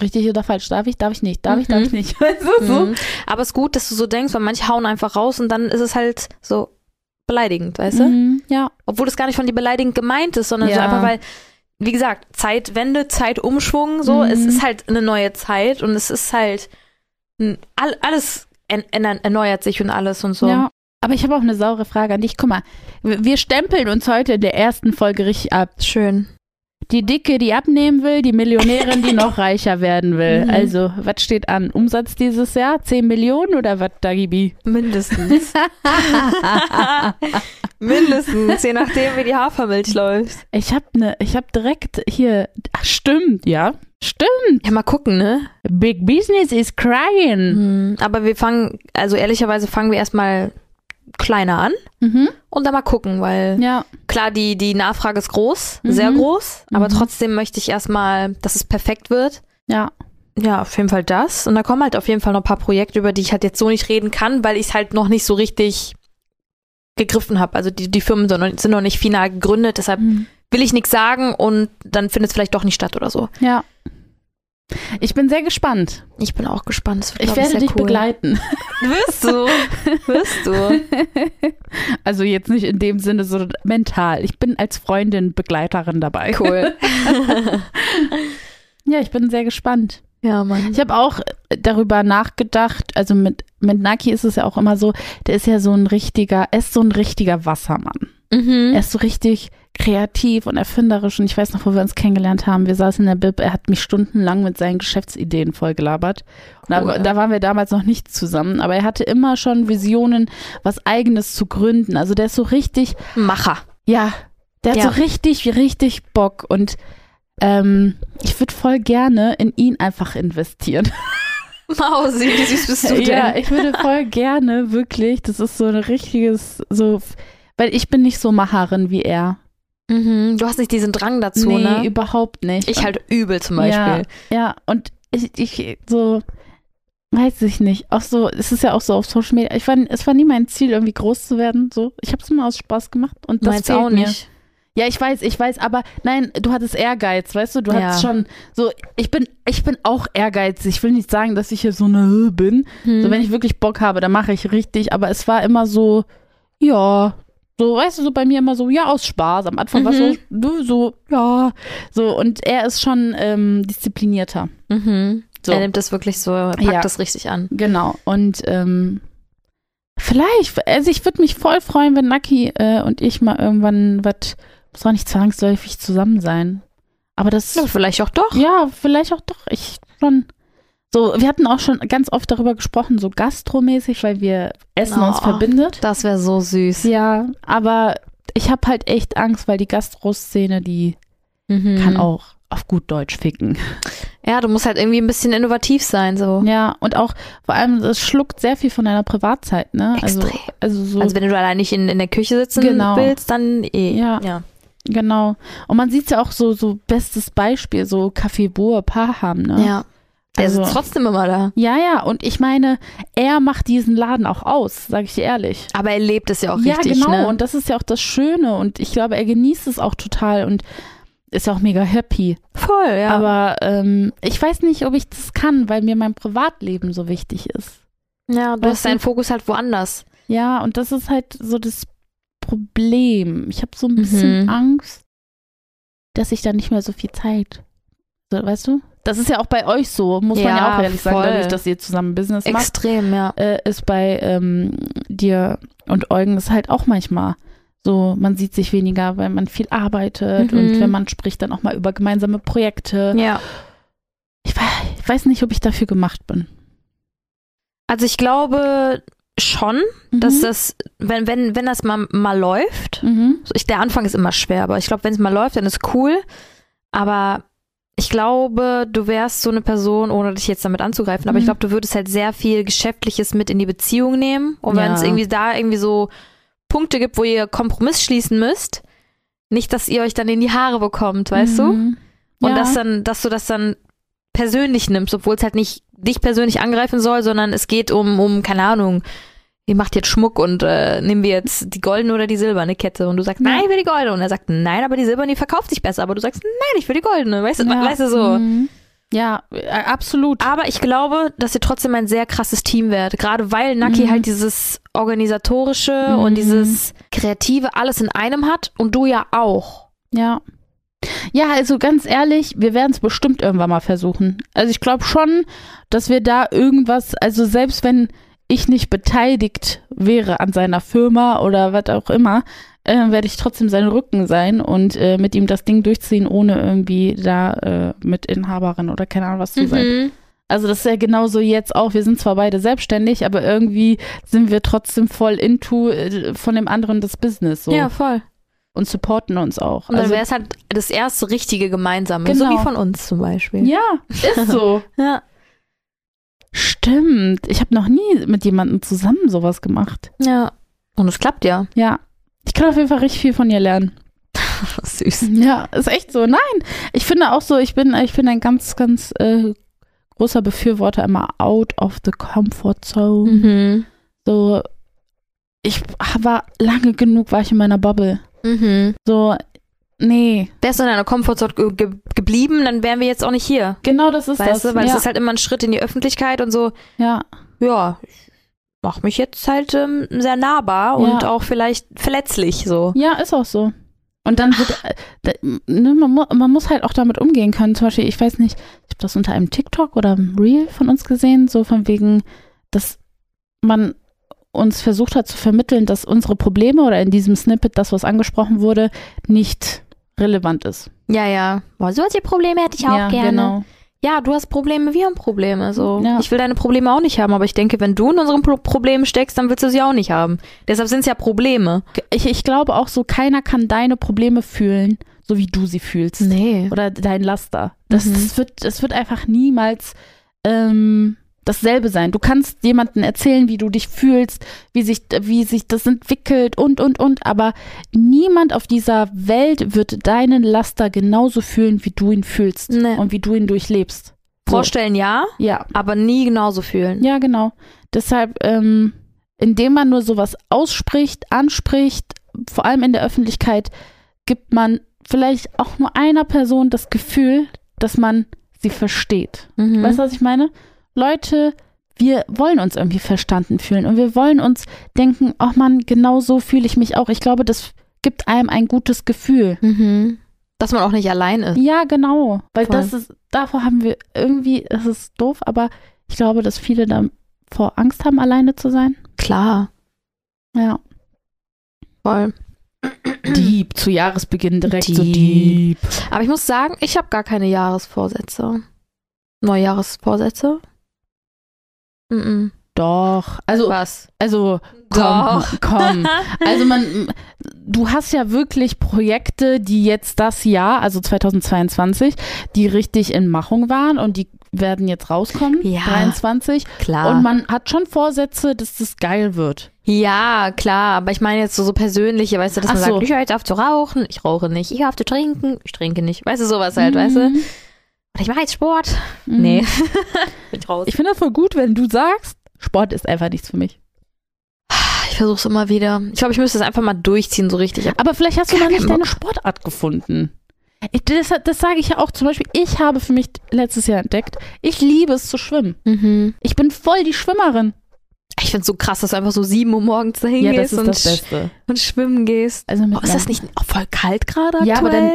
[SPEAKER 2] richtig oder falsch, darf ich, darf ich nicht, darf ich, darf
[SPEAKER 3] Mhm.
[SPEAKER 2] ich nicht. Weißt du, so?
[SPEAKER 3] Mhm. Aber es ist gut, dass du so denkst, weil manche hauen einfach raus und dann ist es halt so beleidigend, weißt du?
[SPEAKER 2] Mhm, ja.
[SPEAKER 3] Obwohl es gar nicht von dir beleidigend gemeint ist, sondern so
[SPEAKER 2] Ja.
[SPEAKER 3] einfach, weil, wie gesagt, Zeitwende, Zeitumschwung, so,
[SPEAKER 2] Mhm.
[SPEAKER 3] es ist halt eine neue Zeit und es ist halt n- all, alles en- ändern- erneuert sich und alles und so.
[SPEAKER 2] ja. Aber ich habe auch eine saure Frage an dich. Guck mal, wir wir stempeln uns heute in der ersten Folge richtig ab.
[SPEAKER 3] Schön.
[SPEAKER 2] Die Dicke, die abnehmen will, die Millionärin, die noch reicher werden will.
[SPEAKER 3] Mhm.
[SPEAKER 2] Also, was steht an? Umsatz dieses Jahr? 10 Millionen oder was, Dagibi?
[SPEAKER 3] Mindestens. Mindestens, je nachdem, wie die Hafermilch läuft.
[SPEAKER 2] Ich hab ne, ich hab direkt hier. Ach, stimmt, ja. Stimmt.
[SPEAKER 3] Ja, mal gucken, ne?
[SPEAKER 2] Big Business is crying.
[SPEAKER 3] Mhm. Aber wir fangen, also ehrlicherweise fangen wir erstmal kleiner an
[SPEAKER 2] Mhm.
[SPEAKER 3] und dann mal gucken, weil
[SPEAKER 2] Ja.
[SPEAKER 3] klar, die, die Nachfrage ist groß,
[SPEAKER 2] Mhm.
[SPEAKER 3] sehr groß, aber
[SPEAKER 2] Mhm.
[SPEAKER 3] trotzdem möchte ich erstmal, dass es perfekt wird.
[SPEAKER 2] Ja.
[SPEAKER 3] Ja, auf jeden Fall das. Und da kommen halt auf jeden Fall noch ein paar Projekte, über die ich halt jetzt so nicht reden kann, weil ich es halt noch nicht so richtig gegriffen habe. Also die, die Firmen sind noch, sind noch nicht final gegründet, deshalb will ich nichts sagen und dann findet es vielleicht doch nicht statt oder so.
[SPEAKER 2] Ja. Ich bin sehr gespannt.
[SPEAKER 3] Ich bin auch gespannt. Das wird,
[SPEAKER 2] Ich
[SPEAKER 3] glaub
[SPEAKER 2] werde
[SPEAKER 3] sehr
[SPEAKER 2] dich
[SPEAKER 3] cool.
[SPEAKER 2] begleiten.
[SPEAKER 3] Wirst du? Wirst du?
[SPEAKER 2] Also jetzt nicht in dem Sinne, so mental. Ich bin als Freundin Begleiterin dabei.
[SPEAKER 3] Cool.
[SPEAKER 2] Ja, ich bin sehr gespannt.
[SPEAKER 3] ja, Mann.
[SPEAKER 2] Ich habe auch äh, darüber nachgedacht, also mit, mit Naki ist es ja auch immer so, der ist ja so ein richtiger, er ist so ein richtiger Wassermann. Er
[SPEAKER 3] Mhm.
[SPEAKER 2] ist so richtig kreativ und erfinderisch und ich weiß noch, wo wir uns kennengelernt haben. Wir saßen in der Bib, er hat mich stundenlang mit seinen Geschäftsideen vollgelabert. Und da,
[SPEAKER 3] Cool.
[SPEAKER 2] da waren wir damals noch nicht zusammen, aber er hatte immer schon Visionen, was eigenes zu gründen. Also der ist so richtig,
[SPEAKER 3] Macher.
[SPEAKER 2] ja, der hat
[SPEAKER 3] Ja.
[SPEAKER 2] so richtig, richtig Bock und ähm, ich würde voll gerne in ihn einfach investieren.
[SPEAKER 3] Mausi, wie süß bist du denn?
[SPEAKER 2] Ja, ich würde voll gerne, wirklich. Das ist so ein richtiges, so, weil ich bin nicht so Macherin wie er.
[SPEAKER 3] Mhm, du hast nicht diesen Drang dazu,
[SPEAKER 2] nee,
[SPEAKER 3] ne?
[SPEAKER 2] überhaupt nicht.
[SPEAKER 3] Ich halt übel zum
[SPEAKER 2] Ja.
[SPEAKER 3] Beispiel.
[SPEAKER 2] Ja, und ich, ich so, weiß ich nicht. Auch so, es ist ja auch so auf Social Media. Ich war, es war nie mein Ziel, irgendwie groß zu werden. So, ich habe es immer aus Spaß gemacht und das
[SPEAKER 3] Meinst
[SPEAKER 2] fehlt
[SPEAKER 3] auch
[SPEAKER 2] mir.
[SPEAKER 3] nicht.
[SPEAKER 2] Ja, ich weiß, ich weiß, aber nein, du hattest Ehrgeiz, weißt du, du hattest
[SPEAKER 3] Ja.
[SPEAKER 2] schon so, ich bin, ich bin auch ehrgeizig. Ich will nicht sagen, dass ich hier so eine bin.
[SPEAKER 3] Hm.
[SPEAKER 2] So, wenn ich wirklich Bock habe, dann mache ich richtig, aber es war immer so, ja, so, weißt du, so bei mir immer so, ja, aus Spaß. Am Anfang war es so,
[SPEAKER 3] Mhm.
[SPEAKER 2] du, so, ja. So, und er ist schon ähm, disziplinierter.
[SPEAKER 3] mhm.
[SPEAKER 2] So.
[SPEAKER 3] Er nimmt das wirklich so, er packt
[SPEAKER 2] Ja.
[SPEAKER 3] das richtig an.
[SPEAKER 2] Genau. Und ähm, vielleicht, also ich würde mich voll freuen, wenn Naki äh, und ich mal irgendwann was, muss auch nicht zwangsläufig zusammen sein. Aber das,
[SPEAKER 3] Ja, vielleicht auch doch.
[SPEAKER 2] ja, vielleicht auch doch. Ich schon. So, wir hatten auch schon ganz oft darüber gesprochen, so gastromäßig, weil wir Essen uns
[SPEAKER 3] Oh.
[SPEAKER 2] verbindet.
[SPEAKER 3] Das wäre so süß.
[SPEAKER 2] Ja, aber ich habe halt echt Angst, weil die Gastro-Szene, die
[SPEAKER 3] Mhm.
[SPEAKER 2] kann auch auf gut Deutsch ficken.
[SPEAKER 3] Ja, du musst halt irgendwie ein bisschen innovativ sein, so.
[SPEAKER 2] Ja, und auch vor allem, es schluckt sehr viel von deiner Privatzeit, ne? Also,
[SPEAKER 3] Extrem.
[SPEAKER 2] also so.
[SPEAKER 3] Also wenn du allein nicht in, in der Küche sitzen
[SPEAKER 2] Genau.
[SPEAKER 3] willst, dann eh.
[SPEAKER 2] Ja.
[SPEAKER 3] ja.
[SPEAKER 2] Genau. Und man sieht ja auch so, so bestes Beispiel, so Café Boer Paham, ne?
[SPEAKER 3] Ja. Der
[SPEAKER 2] Also-
[SPEAKER 3] ist trotzdem immer da.
[SPEAKER 2] Ja, ja, und ich meine, er macht diesen Laden auch aus, sage ich dir ehrlich.
[SPEAKER 3] Aber er lebt es ja auch
[SPEAKER 2] ja,
[SPEAKER 3] richtig,
[SPEAKER 2] genau,
[SPEAKER 3] ne?
[SPEAKER 2] und das ist ja auch das Schöne und ich glaube, er genießt es auch total und ist auch mega happy.
[SPEAKER 3] voll, ja.
[SPEAKER 2] Aber ähm, ich weiß nicht, ob ich das kann, weil mir mein Privatleben so wichtig ist.
[SPEAKER 3] ja, du
[SPEAKER 2] Weißt
[SPEAKER 3] hast
[SPEAKER 2] du-
[SPEAKER 3] deinen Fokus halt woanders.
[SPEAKER 2] Ja, und das ist halt so das Problem. Ich habe so ein bisschen
[SPEAKER 3] Mhm.
[SPEAKER 2] Angst, dass ich da nicht mehr so viel Zeit. So, weißt du? Das ist ja auch bei euch so, muss man ja
[SPEAKER 3] Ja,
[SPEAKER 2] auch ehrlich sagen,
[SPEAKER 3] voll.
[SPEAKER 2] dadurch, dass ihr zusammen Business macht.
[SPEAKER 3] Extrem, ja.
[SPEAKER 2] äh, ist bei ähm, dir und Eugen ist halt auch manchmal so, man sieht sich weniger, weil man viel arbeitet
[SPEAKER 3] Mhm.
[SPEAKER 2] und wenn man spricht, dann auch mal über gemeinsame Projekte.
[SPEAKER 3] Ja.
[SPEAKER 2] Ich, wei- ich weiß nicht, ob ich dafür gemacht bin.
[SPEAKER 3] Also ich glaube schon,
[SPEAKER 2] Mhm.
[SPEAKER 3] dass das, wenn, wenn, wenn das mal, mal läuft,
[SPEAKER 2] Mhm.
[SPEAKER 3] So, ich, der Anfang ist immer schwer, aber ich glaube, wenn es mal läuft, dann ist cool. Aber ich glaube, du wärst so eine Person, ohne dich jetzt damit anzugreifen, aber ich
[SPEAKER 2] Mhm.
[SPEAKER 3] glaube, du würdest halt sehr viel Geschäftliches mit in die Beziehung nehmen. Und wenn
[SPEAKER 2] Ja.
[SPEAKER 3] es irgendwie da irgendwie so Punkte gibt, wo ihr Kompromiss schließen müsst, nicht, dass ihr euch dann in die Haare bekommt, weißt du?
[SPEAKER 2] Mhm.
[SPEAKER 3] Und
[SPEAKER 2] ja.
[SPEAKER 3] dass dann, dass du das dann persönlich nimmst, obwohl es halt nicht dich persönlich angreifen soll, sondern es geht um, um, keine Ahnung, ihr macht jetzt Schmuck und äh, nehmen wir jetzt die goldene oder die silberne Kette und du sagst,
[SPEAKER 2] Ja.
[SPEAKER 3] nein, ich will die goldene. Und er sagt, nein, aber die silberne, die verkauft sich besser. Aber du sagst, nein, ich will die goldene. Weißt, du,
[SPEAKER 2] ja.
[SPEAKER 3] weißt du so.
[SPEAKER 2] Mhm. Ja, äh, absolut.
[SPEAKER 3] Aber ich glaube, dass ihr trotzdem ein sehr krasses Team werdet. Gerade weil Naki
[SPEAKER 2] Mhm.
[SPEAKER 3] halt dieses organisatorische
[SPEAKER 2] Mhm.
[SPEAKER 3] und dieses kreative alles in einem hat und du ja auch.
[SPEAKER 2] Ja. Ja, also ganz ehrlich, wir werden es bestimmt irgendwann mal versuchen. Also ich glaube schon, dass wir da irgendwas, also selbst wenn ich nicht beteiligt wäre an seiner Firma oder was auch immer, äh, werde ich trotzdem sein Rücken sein und äh, mit ihm das Ding durchziehen, ohne irgendwie da äh, mit Inhaberin oder keine Ahnung was zu
[SPEAKER 3] Mhm.
[SPEAKER 2] sein. Also das ist ja genauso jetzt auch. Wir sind zwar beide selbstständig, aber irgendwie sind wir trotzdem voll into äh, von dem anderen das Business so
[SPEAKER 3] Ja, voll.
[SPEAKER 2] und supporten uns auch.
[SPEAKER 3] Und dann
[SPEAKER 2] also
[SPEAKER 3] wäre es halt das erste richtige gemeinsame, so
[SPEAKER 2] Genau.
[SPEAKER 3] wie von uns zum Beispiel.
[SPEAKER 2] Ja, ist so.
[SPEAKER 3] Ja,
[SPEAKER 2] Stimmt. Ich habe noch nie mit jemandem zusammen sowas gemacht.
[SPEAKER 3] ja. Und es klappt ja.
[SPEAKER 2] Ja. Ich kann auf jeden Fall richtig viel von ihr lernen.
[SPEAKER 3] Süß.
[SPEAKER 2] Ja, ist echt so. Nein, ich finde auch so, ich bin, ich bin ein ganz, ganz äh, großer Befürworter immer out of the comfort zone.
[SPEAKER 3] Mhm.
[SPEAKER 2] So, ich war lange genug, war ich in meiner Bubble.
[SPEAKER 3] Mhm.
[SPEAKER 2] So, nee,
[SPEAKER 3] Wärst du in deiner Komfortzone ge ge geblieben, dann wären wir jetzt auch nicht hier.
[SPEAKER 2] genau das ist
[SPEAKER 3] weißt
[SPEAKER 2] das.
[SPEAKER 3] du, weil
[SPEAKER 2] ja,
[SPEAKER 3] es ist halt immer ein Schritt in die Öffentlichkeit und so,
[SPEAKER 2] ja,
[SPEAKER 3] ja, ich mach mich jetzt halt ähm, sehr nahbar und
[SPEAKER 2] Ja.
[SPEAKER 3] auch vielleicht verletzlich so.
[SPEAKER 2] Ja, ist auch so. Und dann
[SPEAKER 3] Ah.
[SPEAKER 2] wird, äh, da, ne, man, mu man muss halt auch damit umgehen können. Zum Beispiel, ich weiß nicht, ich habe das unter einem TikTok oder einem Reel von uns gesehen, so von wegen, dass man uns versucht hat zu vermitteln, dass unsere Probleme oder in diesem Snippet das, was angesprochen wurde, nicht relevant ist.
[SPEAKER 3] Ja, ja. Boah, solche Probleme hätte ich auch
[SPEAKER 2] ja,
[SPEAKER 3] gerne.
[SPEAKER 2] Genau.
[SPEAKER 3] Ja, du hast Probleme, wir haben Probleme. So.
[SPEAKER 2] Ja.
[SPEAKER 3] Ich will deine Probleme auch nicht haben, aber ich denke, wenn du in unseren Pro Problemen steckst, dann willst du sie auch nicht haben. Deshalb sind es ja Probleme.
[SPEAKER 2] Ich, ich glaube auch so, keiner kann deine Probleme fühlen, so wie du sie fühlst.
[SPEAKER 3] Nee.
[SPEAKER 2] oder dein Laster. Das,
[SPEAKER 3] Mhm.
[SPEAKER 2] das, wird, das wird einfach niemals ähm, dasselbe sein. Du kannst jemandem erzählen, wie du dich fühlst, wie sich, wie sich das entwickelt und, und, und, aber niemand auf dieser Welt wird deinen Laster genauso fühlen, wie du ihn fühlst
[SPEAKER 3] Nee.
[SPEAKER 2] und wie du ihn durchlebst. So.
[SPEAKER 3] Vorstellen ja,
[SPEAKER 2] Ja,
[SPEAKER 3] aber nie genauso fühlen.
[SPEAKER 2] ja, genau. Deshalb, ähm, indem man nur sowas ausspricht, anspricht, vor allem in der Öffentlichkeit, gibt man vielleicht auch nur einer Person das Gefühl, dass man sie versteht.
[SPEAKER 3] Mhm.
[SPEAKER 2] Weißt du, was ich meine? Leute, wir wollen uns irgendwie verstanden fühlen und wir wollen uns denken, ach man, genau so fühle ich mich auch. Ich glaube, das gibt einem ein gutes Gefühl.
[SPEAKER 3] Mhm. Dass man auch nicht allein ist.
[SPEAKER 2] Ja, genau. Weil
[SPEAKER 3] Voll.
[SPEAKER 2] das ist, davor haben wir irgendwie, das ist doof, aber ich glaube, dass viele davor Angst haben, alleine zu sein.
[SPEAKER 3] Klar,
[SPEAKER 2] Ja.
[SPEAKER 3] voll.
[SPEAKER 2] Dieb, zu Jahresbeginn direkt
[SPEAKER 3] so Deep. Aber ich muss sagen, ich habe gar keine Jahresvorsätze. Neujahresvorsätze? Mhm.
[SPEAKER 2] Doch. Also,
[SPEAKER 3] Was?
[SPEAKER 2] also, komm,
[SPEAKER 3] Doch.
[SPEAKER 2] komm. Also man, du hast ja wirklich Projekte, die jetzt das Jahr, also 2022, die richtig in Machung waren und die werden jetzt rauskommen,
[SPEAKER 3] Ja.
[SPEAKER 2] 23.
[SPEAKER 3] Klar.
[SPEAKER 2] Und man hat schon Vorsätze, dass das geil wird.
[SPEAKER 3] Ja, klar, aber ich meine jetzt so, so persönliche, weißt du, dass
[SPEAKER 2] Ach
[SPEAKER 3] man
[SPEAKER 2] so.
[SPEAKER 3] sagt, ich höre jetzt auf zu rauchen, ich rauche nicht, ich höre auf zu trinken, ich trinke nicht. Weißt du, sowas halt, weißt du?
[SPEAKER 2] Mhm.
[SPEAKER 3] Und ich mache jetzt Sport.
[SPEAKER 2] Mhm.
[SPEAKER 3] Nee. Bin raus.
[SPEAKER 2] Ich finde das voll gut, wenn du sagst, Sport ist einfach nichts für mich.
[SPEAKER 3] Ich versuche es immer wieder. Ich glaube, ich müsste es einfach mal durchziehen, so richtig.
[SPEAKER 2] Aber vielleicht hast du
[SPEAKER 3] Gar
[SPEAKER 2] noch nicht
[SPEAKER 3] keinen Bock.
[SPEAKER 2] deine Sportart gefunden. Ich, das das sage ich ja auch zum Beispiel. Ich habe für mich letztes Jahr entdeckt, ich liebe es zu schwimmen.
[SPEAKER 3] Mhm.
[SPEAKER 2] Ich bin voll die Schwimmerin.
[SPEAKER 3] Ich finde es so krass, dass du einfach so 7 Uhr morgens da hingehst und, sch
[SPEAKER 2] Beste.
[SPEAKER 3] und schwimmen gehst.
[SPEAKER 2] Also mit
[SPEAKER 3] Boah, Oh, ist das
[SPEAKER 2] meinem-
[SPEAKER 3] nicht auch voll kalt gerade aktuell?
[SPEAKER 2] Ja, aber dann-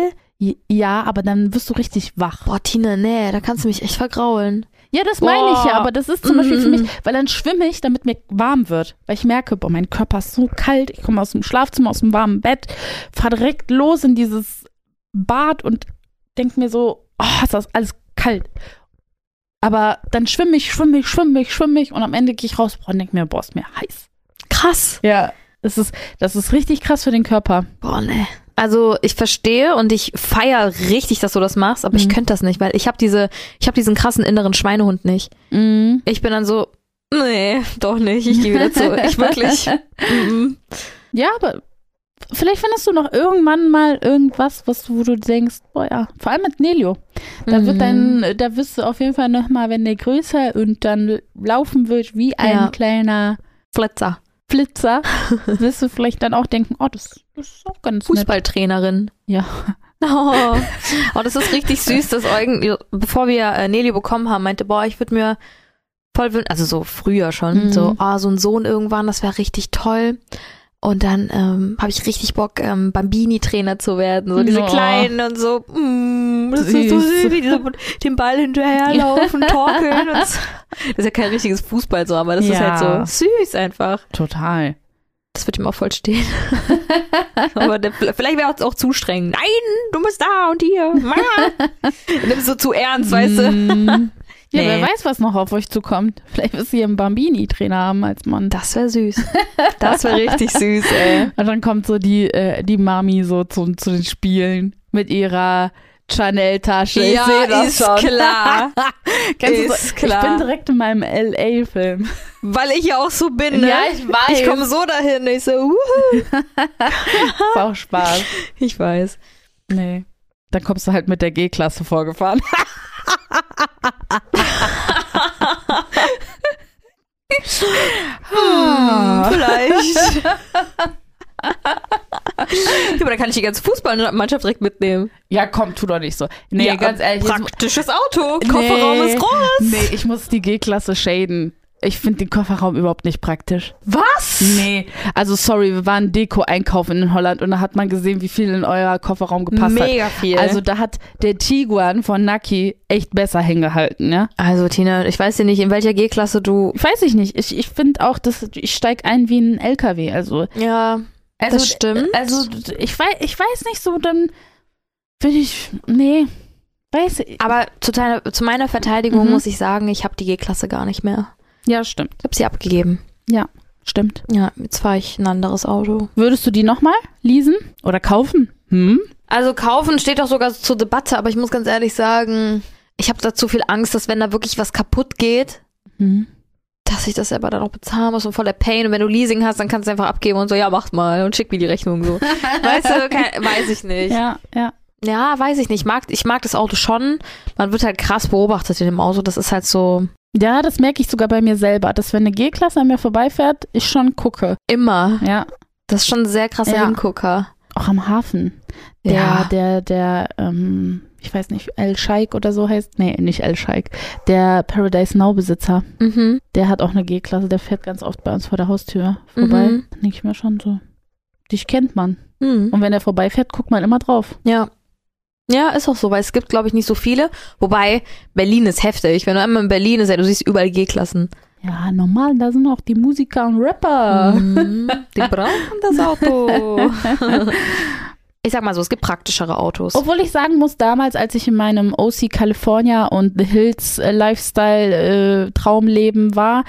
[SPEAKER 2] Ja, aber dann wirst du richtig wach.
[SPEAKER 3] Boah, Tina, nee, da kannst du mich echt vergraulen.
[SPEAKER 2] Ja, das meine ich ja,
[SPEAKER 3] Boah.
[SPEAKER 2] aber das ist zum Beispiel für
[SPEAKER 3] Mm.
[SPEAKER 2] mich, weil dann schwimme ich, damit mir warm wird. Weil ich merke, boah, mein Körper ist so kalt, ich komme aus dem Schlafzimmer, aus dem warmen Bett, fahre direkt los in dieses Bad und denke mir so, oh, ist das alles kalt. Aber dann schwimme ich, schwimme ich, schwimme ich, schwimme ich und am Ende gehe ich raus boah, und denke mir, boah, ist mir heiß.
[SPEAKER 3] Krass.
[SPEAKER 2] Ja. Das ist, das ist richtig krass für den Körper.
[SPEAKER 3] Boah, nee. Also ich verstehe und ich feiere richtig, dass du das machst, aber ich
[SPEAKER 2] Mhm.
[SPEAKER 3] könnte das nicht, weil ich habe diese, ich habe diesen krassen inneren Schweinehund nicht.
[SPEAKER 2] Mhm.
[SPEAKER 3] Ich bin dann so, nee, doch nicht, ich gehe wieder zurück. Ich wirklich. mhm.
[SPEAKER 2] Ja, aber vielleicht findest du noch irgendwann mal irgendwas, was du, wo du denkst, boah ja, vor allem mit Nelio. Da
[SPEAKER 3] Mhm.
[SPEAKER 2] wird dann, da wirst du auf jeden Fall nochmal, wenn der größer und dann laufen wird wie ein
[SPEAKER 3] Ja.
[SPEAKER 2] kleiner
[SPEAKER 3] Flitzer.
[SPEAKER 2] Flitzer, wirst du vielleicht dann auch denken, oh, das, das ist auch ganz nett.
[SPEAKER 3] Fußballtrainerin.
[SPEAKER 2] Ja.
[SPEAKER 3] Oh. oh, das ist richtig süß, dass Eugen, bevor wir äh, Nelly bekommen haben, meinte, boah, ich würde mir voll wünschen, also so früher schon,
[SPEAKER 2] Mhm.
[SPEAKER 3] so, ah, so ein Sohn irgendwann, das wäre richtig toll. Und dann ähm, habe ich richtig Bock, ähm, Bambini-Trainer zu werden, so diese
[SPEAKER 2] Ja.
[SPEAKER 3] Kleinen und so. Mm, das ist so
[SPEAKER 2] Süß.
[SPEAKER 3] Oh. süß, wie die so den Ball hinterherlaufen, torkeln und so. Das ist ja kein richtiges Fußball so, aber das ist
[SPEAKER 2] Ja.
[SPEAKER 3] halt so süß einfach.
[SPEAKER 2] Total.
[SPEAKER 3] Das wird ihm auch voll stehen. Aber der, vielleicht wäre es auch zu streng. Nein, du bist da und hier. Mann. Nimmst so zu ernst, weißt du?
[SPEAKER 2] Mm. Ja,
[SPEAKER 3] Also, Nee.
[SPEAKER 2] wer weiß, was noch auf euch zukommt. Vielleicht wirst du hier einen Bambini-Trainer haben als Mann.
[SPEAKER 3] Das wäre süß. Das wäre richtig süß, ey.
[SPEAKER 2] Und dann kommt so die, äh, die Mami so zu, zu den Spielen mit ihrer Chanel-Tasche. ich seh das
[SPEAKER 3] ist
[SPEAKER 2] schon.
[SPEAKER 3] klar.
[SPEAKER 2] Kennst du so-
[SPEAKER 3] ist klar.
[SPEAKER 2] Ich bin direkt in meinem LA-Film.
[SPEAKER 3] Weil ich ja auch so bin, ne?
[SPEAKER 2] Ja, ich weiß.
[SPEAKER 3] Ich komme so dahin. Ich so, wuhu.
[SPEAKER 2] Ist auch Spaß.
[SPEAKER 3] Ich weiß.
[SPEAKER 2] Nee. Dann kommst du halt mit der G-Klasse vorgefahren. Ah.
[SPEAKER 3] Hm, Vielleicht. ja, aber dann kann ich die ganze Fußballmannschaft direkt mitnehmen.
[SPEAKER 2] Ja, komm, tu doch nicht so. Nee,
[SPEAKER 3] ja,
[SPEAKER 2] ganz ehrlich. jetzt-
[SPEAKER 3] Praktisches Auto. Kofferraum
[SPEAKER 2] Nee.
[SPEAKER 3] ist groß.
[SPEAKER 2] Nee, ich muss die G-Klasse shaden. Ich finde den Kofferraum überhaupt nicht praktisch.
[SPEAKER 3] Was?
[SPEAKER 2] Nee. Also sorry, wir waren Deko-Einkaufen in Holland und da hat man gesehen, wie viel in eurer Kofferraum gepasst hat.
[SPEAKER 3] Mega halt viel.
[SPEAKER 2] Also da hat der Tiguan von Naki echt besser hingehalten, ja?
[SPEAKER 3] Also Tina, ich weiß ja nicht, in welcher G-Klasse du.
[SPEAKER 2] Weiß ich nicht. Ich, ich finde auch, dass ich steige ein wie ein LKW. Also
[SPEAKER 3] Ja,
[SPEAKER 2] Also,
[SPEAKER 3] das stimmt.
[SPEAKER 2] Also ich weiß, ich weiß nicht so, dann bin ich, nee, weiß ich.
[SPEAKER 3] aber zu, deiner, zu meiner Verteidigung
[SPEAKER 2] Mhm.
[SPEAKER 3] muss ich sagen, ich habe die G-Klasse gar nicht mehr.
[SPEAKER 2] Ja, stimmt,
[SPEAKER 3] Ich habe sie abgegeben.
[SPEAKER 2] stimmt.
[SPEAKER 3] Ja, jetzt fahre ich ein anderes Auto.
[SPEAKER 2] Würdest du die nochmal leasen oder kaufen? Hm?
[SPEAKER 3] Also kaufen steht doch sogar zur Debatte, aber ich muss ganz ehrlich sagen, ich habe da zu viel Angst, dass wenn da wirklich was kaputt geht,
[SPEAKER 2] Hm.
[SPEAKER 3] dass ich das selber dann auch bezahlen muss und voll der Pain. Und wenn du Leasing hast, dann kannst du einfach abgeben und so, ja, mach mal und schick mir die Rechnung so. weißt du, kein, weiß ich nicht.
[SPEAKER 2] Ja, ja.
[SPEAKER 3] Ja, weiß ich nicht. Ich mag, ich mag das Auto schon. Man wird halt krass beobachtet in dem Auto. Das ist halt so
[SPEAKER 2] Ja, das merke ich sogar bei mir selber, dass wenn eine G-Klasse an mir vorbeifährt, ich schon gucke.
[SPEAKER 3] immer.
[SPEAKER 2] Ja.
[SPEAKER 3] Das ist schon ein sehr krasser
[SPEAKER 2] Ja.
[SPEAKER 3] Hingucker.
[SPEAKER 2] Auch am Hafen. Der, der, der, ähm, ich weiß nicht, El Scheik oder so heißt. Nee, nicht El Scheik. Der Paradise Now-Besitzer.
[SPEAKER 3] Mhm.
[SPEAKER 2] Der hat auch eine G-Klasse, der fährt ganz oft bei uns vor der Haustür vorbei.
[SPEAKER 3] Mhm.
[SPEAKER 2] Dann denke ich mir schon so. Dich kennt man.
[SPEAKER 3] Mhm.
[SPEAKER 2] Und wenn er vorbeifährt, guckt man immer drauf.
[SPEAKER 3] Ja. Ja, ist auch so, weil es gibt, glaube ich, nicht so viele. Wobei, Berlin ist heftig. Wenn du einmal in Berlin bist, ja, du siehst überall G-Klassen.
[SPEAKER 2] Ja, normal, da sind auch die Musiker und Rapper.
[SPEAKER 3] Mhm. Die brauchen das Auto. ich sag mal so, es gibt praktischere Autos.
[SPEAKER 2] Obwohl ich sagen muss, damals, als ich in meinem OC California und The Hills äh, Lifestyle äh, Traumleben war,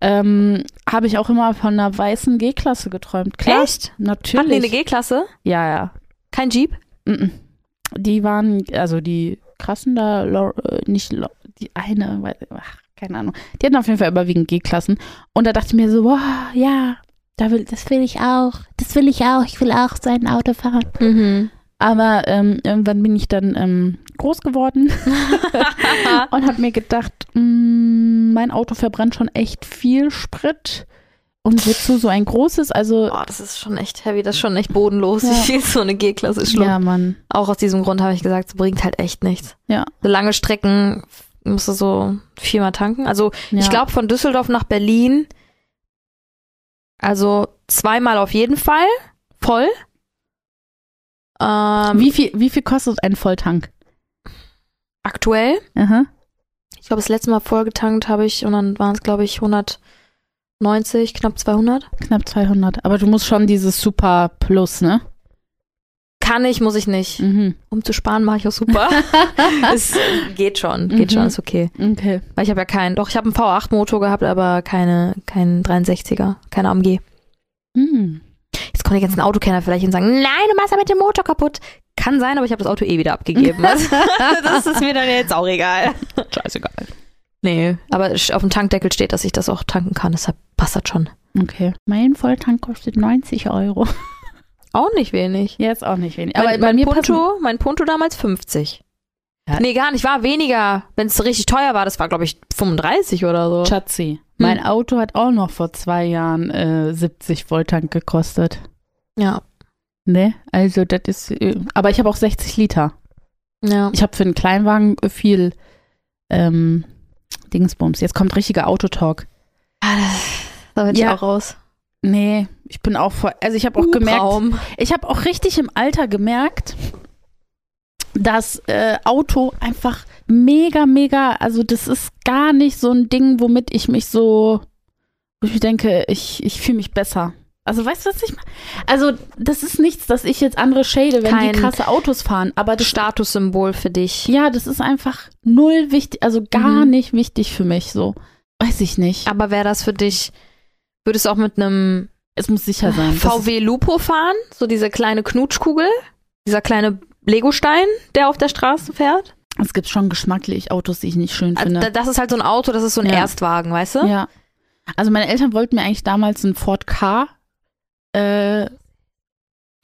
[SPEAKER 2] ähm, habe ich auch immer von einer weißen G-Klasse geträumt. Klar,
[SPEAKER 3] Echt? Hatten die eine
[SPEAKER 2] natürlich.
[SPEAKER 3] G-Klasse?
[SPEAKER 2] ja, ja.
[SPEAKER 3] Kein Jeep?
[SPEAKER 2] Mhm. Die waren, also die krassen da, Lau- äh, nicht Lau- die eine, weiß- ach, keine Ahnung. Die hatten auf jeden Fall überwiegend G-Klassen. Und da dachte ich mir so, wow, ja, Da will, das will ich auch. Das will ich auch. Ich will auch sein Auto fahren.
[SPEAKER 3] Mhm.
[SPEAKER 2] Aber ähm, irgendwann bin ich dann ähm, groß geworden und habe mir gedacht, mm, mein Auto verbrennt schon echt viel Sprit und wozu so ein großes, also
[SPEAKER 3] Boah, Oh, das ist schon echt heavy, das ist schon echt bodenlos.
[SPEAKER 2] Ja.
[SPEAKER 3] Ich finde so eine G-Klasse ist schlimm.
[SPEAKER 2] ja, Mann.
[SPEAKER 3] Auch aus diesem Grund habe ich gesagt, es bringt halt echt nichts.
[SPEAKER 2] Ja.
[SPEAKER 3] So lange Strecken musst du so viermal tanken. Also
[SPEAKER 2] Ja.
[SPEAKER 3] ich glaube von Düsseldorf nach Berlin, also zweimal auf jeden Fall voll. Ähm,
[SPEAKER 2] wie viel, wie viel kostet ein Volltank?
[SPEAKER 3] aktuell
[SPEAKER 2] Aha.
[SPEAKER 3] Ich glaube, das letzte Mal vollgetankt habe ich und dann waren es, glaube ich, 190, knapp 200.
[SPEAKER 2] Knapp 200. Aber du musst schon dieses Super Plus, ne?
[SPEAKER 3] Kann ich, muss ich nicht.
[SPEAKER 2] Mhm.
[SPEAKER 3] Um zu sparen, mache ich auch super. es äh, geht schon, geht
[SPEAKER 2] Mhm.
[SPEAKER 3] schon, ist okay.
[SPEAKER 2] Okay.
[SPEAKER 3] Weil ich habe ja keinen, doch, ich habe einen V8-Motor gehabt, aber keine, keinen 63er, keine AMG.
[SPEAKER 2] Hm.
[SPEAKER 3] Jetzt kommen die ganzen Autokenner vielleicht und sagen, nein, du machst ja mit dem Motor kaputt. Kann sein, aber ich habe das Auto eh wieder abgegeben. Also, das ist mir dann jetzt auch egal.
[SPEAKER 2] Scheißegal.
[SPEAKER 3] Nee, aber sch- auf dem Tankdeckel steht, dass ich das auch tanken kann, deshalb passt das schon.
[SPEAKER 2] Okay. Mein Volltank kostet 90 Euro.
[SPEAKER 3] Auch nicht wenig.
[SPEAKER 2] Jetzt auch nicht wenig.
[SPEAKER 3] Aber
[SPEAKER 2] Aber
[SPEAKER 3] mein,
[SPEAKER 2] bei mir passen-
[SPEAKER 3] Punto, mein Punto damals 50.
[SPEAKER 2] Ja.
[SPEAKER 3] Nee, gar nicht, war weniger. Wenn es richtig teuer war, das war, glaube ich, 35 oder so.
[SPEAKER 2] Schatzi, mein Auto hat auch noch vor zwei Jahren äh, 70 Volltank gekostet.
[SPEAKER 3] Ja.
[SPEAKER 2] Ne? Also das ist. Äh, aber ich habe auch 60 Liter.
[SPEAKER 3] ja.
[SPEAKER 2] Ich habe für einen Kleinwagen viel ähm, Dingsbums. Jetzt kommt richtiger Autotalk.
[SPEAKER 3] Da bin
[SPEAKER 2] Ja.
[SPEAKER 3] ich auch raus.
[SPEAKER 2] Nee, ich bin auch voll. Also ich habe auch gemerkt.
[SPEAKER 3] Hubraum.
[SPEAKER 2] Ich habe auch richtig im Alter gemerkt, dass äh, Auto einfach mega, mega, also das ist gar nicht so ein Ding, womit ich mich so, wo ich mir denke, ich, ich fühle mich besser. Also weißt du, was ich meine? Also das ist nichts, dass ich jetzt andere shade, wenn
[SPEAKER 3] Kein
[SPEAKER 2] die krasse Autos fahren, aber das,
[SPEAKER 3] Statussymbol für dich.
[SPEAKER 2] ja, das ist einfach null wichtig, also gar
[SPEAKER 3] Mhm.
[SPEAKER 2] nicht wichtig für mich so. Weiß ich nicht.
[SPEAKER 3] Aber wäre das für dich, würdest du auch mit einem
[SPEAKER 2] Es muss sicher sein. Das ist-
[SPEAKER 3] VW Lupo fahren? So diese kleine Knutschkugel? Dieser kleine Legostein, der auf der Straße fährt?
[SPEAKER 2] Es gibt schon geschmacklich Autos, die ich nicht schön
[SPEAKER 3] Also,
[SPEAKER 2] finde.
[SPEAKER 3] da- das ist halt so ein Auto, das ist so ein
[SPEAKER 2] Ja.
[SPEAKER 3] Erstwagen, weißt du?
[SPEAKER 2] Ja. Also meine Eltern wollten mir eigentlich damals einen Ford K. Äh,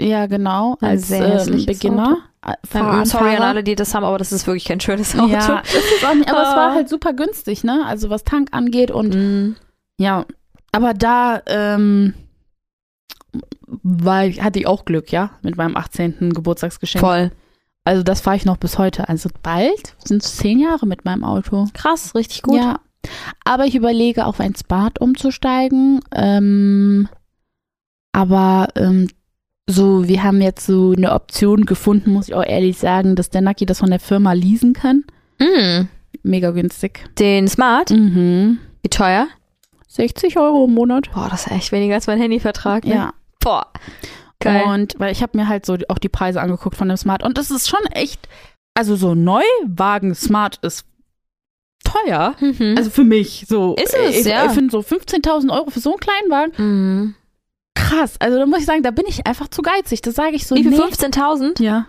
[SPEAKER 2] ja, genau,
[SPEAKER 3] Ein
[SPEAKER 2] als
[SPEAKER 3] sehr
[SPEAKER 2] ähm,
[SPEAKER 3] hässliches
[SPEAKER 2] Beginner. Äh, Fahr-
[SPEAKER 3] Sorry an
[SPEAKER 2] Fahrer.
[SPEAKER 3] alle, die das haben, aber das ist wirklich kein schönes Auto.
[SPEAKER 2] Ja, es ist auch nicht, aber es
[SPEAKER 3] Ah.
[SPEAKER 2] war halt super günstig, ne? Also was Tank angeht und
[SPEAKER 3] Mhm.
[SPEAKER 2] ja, aber da ähm, war ich, hatte ich auch Glück, ja, mit meinem 18. Geburtstagsgeschenk.
[SPEAKER 3] Voll.
[SPEAKER 2] Also das fahre ich noch bis heute. Also bald sind es zehn Jahre mit meinem Auto.
[SPEAKER 3] Krass, richtig gut.
[SPEAKER 2] Ja. Aber ich überlege, auf ein Spat umzusteigen. Ähm, aber ähm, so, wir haben jetzt so eine Option gefunden, muss ich auch ehrlich sagen, dass der Naki das von der Firma leasen kann.
[SPEAKER 3] Mm,
[SPEAKER 2] Mega günstig.
[SPEAKER 3] den Smart,
[SPEAKER 2] Mhm.
[SPEAKER 3] wie teuer?
[SPEAKER 2] 60 Euro im Monat.
[SPEAKER 3] Boah, das ist echt weniger als mein Handyvertrag. Ne?
[SPEAKER 2] Ja.
[SPEAKER 3] Boah. Geil.
[SPEAKER 2] Und weil ich habe mir halt so die- auch die Preise angeguckt von dem Smart. Und das ist schon echt, also so Neuwagen Smart ist teuer.
[SPEAKER 3] mhm.
[SPEAKER 2] Also für mich so.
[SPEAKER 3] Ist es,
[SPEAKER 2] ich,
[SPEAKER 3] ja.
[SPEAKER 2] Ich finde so 15.000 Euro für so einen kleinen Wagen
[SPEAKER 3] mhm.
[SPEAKER 2] krass. Also da muss ich sagen, da bin ich einfach zu geizig. Das sage ich so.
[SPEAKER 3] wie viel?
[SPEAKER 2] nee.
[SPEAKER 3] 15.000?
[SPEAKER 2] Ja.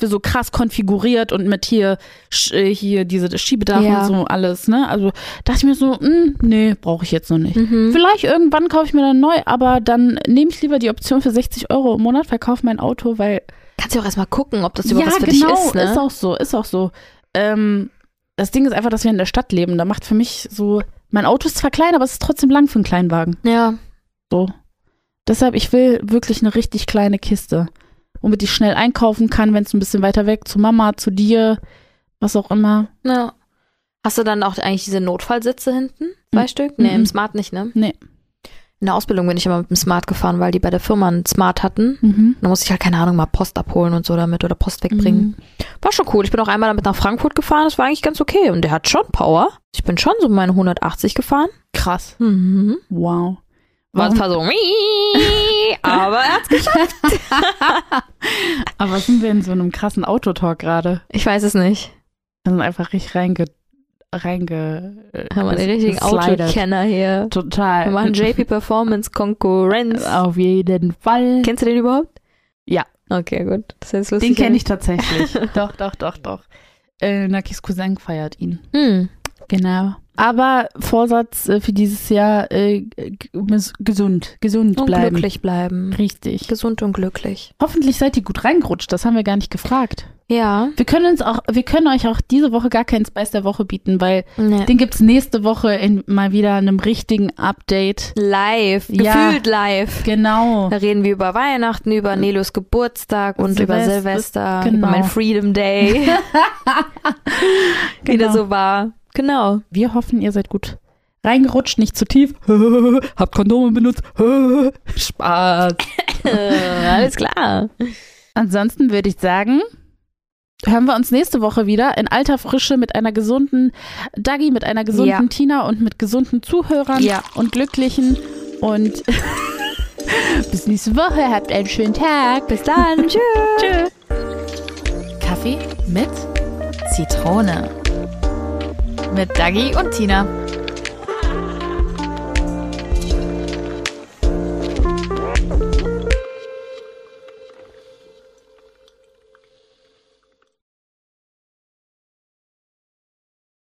[SPEAKER 2] Für so krass konfiguriert und mit hier, sch, äh, hier diese Schiebedach
[SPEAKER 3] Ja.
[SPEAKER 2] und so alles, ne? Also dachte ich mir so, mh, nee, brauche ich jetzt noch nicht.
[SPEAKER 3] Mhm.
[SPEAKER 2] Vielleicht irgendwann kaufe ich mir dann neu, aber dann nehme ich lieber die Option für 60 Euro im Monat, verkaufe mein Auto, weil.
[SPEAKER 3] Kannst du auch erstmal gucken, ob das überhaupt was für
[SPEAKER 2] genau,
[SPEAKER 3] dich ist. Ne?
[SPEAKER 2] ist auch so, ist auch so. Ähm, das Ding ist einfach, dass wir in der Stadt leben. Da macht für mich so, mein Auto ist zwar klein, aber es ist trotzdem lang für einen kleinen Wagen.
[SPEAKER 3] ja.
[SPEAKER 2] So. Deshalb, ich will wirklich eine richtig kleine Kiste, womit ich schnell einkaufen kann, wenn es ein bisschen weiter weg, zu Mama, zu dir, was auch immer.
[SPEAKER 3] ja. Hast du dann auch eigentlich diese Notfallsitze hinten? Zwei
[SPEAKER 2] Mhm.
[SPEAKER 3] Stück? Nee, im
[SPEAKER 2] Mhm.
[SPEAKER 3] Smart nicht, ne?
[SPEAKER 2] Nee.
[SPEAKER 3] In der Ausbildung bin ich immer mit dem Smart gefahren, weil die bei der Firma einen Smart hatten.
[SPEAKER 2] Mhm.
[SPEAKER 3] Da musste ich halt, keine Ahnung, mal Post abholen und so damit oder Post wegbringen.
[SPEAKER 2] Bringen.
[SPEAKER 3] War schon cool. Ich bin auch einmal damit nach Frankfurt gefahren. Das war eigentlich ganz okay. Und der hat schon Power. Ich bin schon so meine 180 gefahren.
[SPEAKER 2] Krass.
[SPEAKER 3] Mhm.
[SPEAKER 2] Wow.
[SPEAKER 3] War
[SPEAKER 2] Warum,
[SPEAKER 3] zwar so, aber er hat's geschafft.
[SPEAKER 2] aber sind wir in so einem krassen Autotalk gerade?
[SPEAKER 3] Ich weiß es nicht.
[SPEAKER 2] Wir sind einfach richtig reinge... reinge äh,
[SPEAKER 3] Haben wir den richtigen
[SPEAKER 2] geslidet.
[SPEAKER 3] Autokenner hier. Wir
[SPEAKER 2] Total.
[SPEAKER 3] machen JP Performance Konkurrenz.
[SPEAKER 2] Auf jeden Fall.
[SPEAKER 3] Kennst du den überhaupt?
[SPEAKER 2] Ja.
[SPEAKER 3] Okay, gut. Das heißt, lustig.
[SPEAKER 2] Den kenne ich tatsächlich. doch, doch, doch, doch. Äh, Nakis Cousin feiert ihn.
[SPEAKER 3] Hm.
[SPEAKER 2] Genau. Aber Vorsatz äh, für dieses Jahr äh, g- muss gesund, gesund
[SPEAKER 3] Und
[SPEAKER 2] bleiben.
[SPEAKER 3] glücklich bleiben.
[SPEAKER 2] Richtig.
[SPEAKER 3] Gesund und glücklich.
[SPEAKER 2] Hoffentlich seid ihr gut reingerutscht, das haben wir gar nicht gefragt.
[SPEAKER 3] Ja.
[SPEAKER 2] Wir können uns auch, wir können euch auch diese Woche gar keinen Spice der Woche bieten, weil
[SPEAKER 3] Nee.
[SPEAKER 2] den gibt's nächste Woche in, mal wieder einem richtigen Update.
[SPEAKER 3] Live.
[SPEAKER 2] Ja.
[SPEAKER 3] Gefühlt live.
[SPEAKER 2] Genau.
[SPEAKER 3] Da reden wir über Weihnachten, über Nelos Geburtstag und über
[SPEAKER 2] Silvest-
[SPEAKER 3] Silvester,
[SPEAKER 2] genau.
[SPEAKER 3] über mein Freedom Day. Wie
[SPEAKER 2] Genau.
[SPEAKER 3] das so war. Genau.
[SPEAKER 2] Wir hoffen, ihr seid gut reingerutscht, nicht zu tief. Habt Kondome benutzt. Spaß.
[SPEAKER 3] Äh, Alles klar.
[SPEAKER 2] Ansonsten würde ich sagen, hören wir uns nächste Woche wieder in alter Frische mit einer gesunden Dagi, mit einer gesunden
[SPEAKER 3] Ja.
[SPEAKER 2] Tina und mit gesunden Zuhörern
[SPEAKER 3] Ja.
[SPEAKER 2] und Glücklichen. Und bis nächste Woche. Habt einen schönen Tag.
[SPEAKER 3] Bis dann. Tschüss.
[SPEAKER 1] Tschüss.
[SPEAKER 2] Kaffee mit
[SPEAKER 1] Zitrone. Mit Dagi und Tina.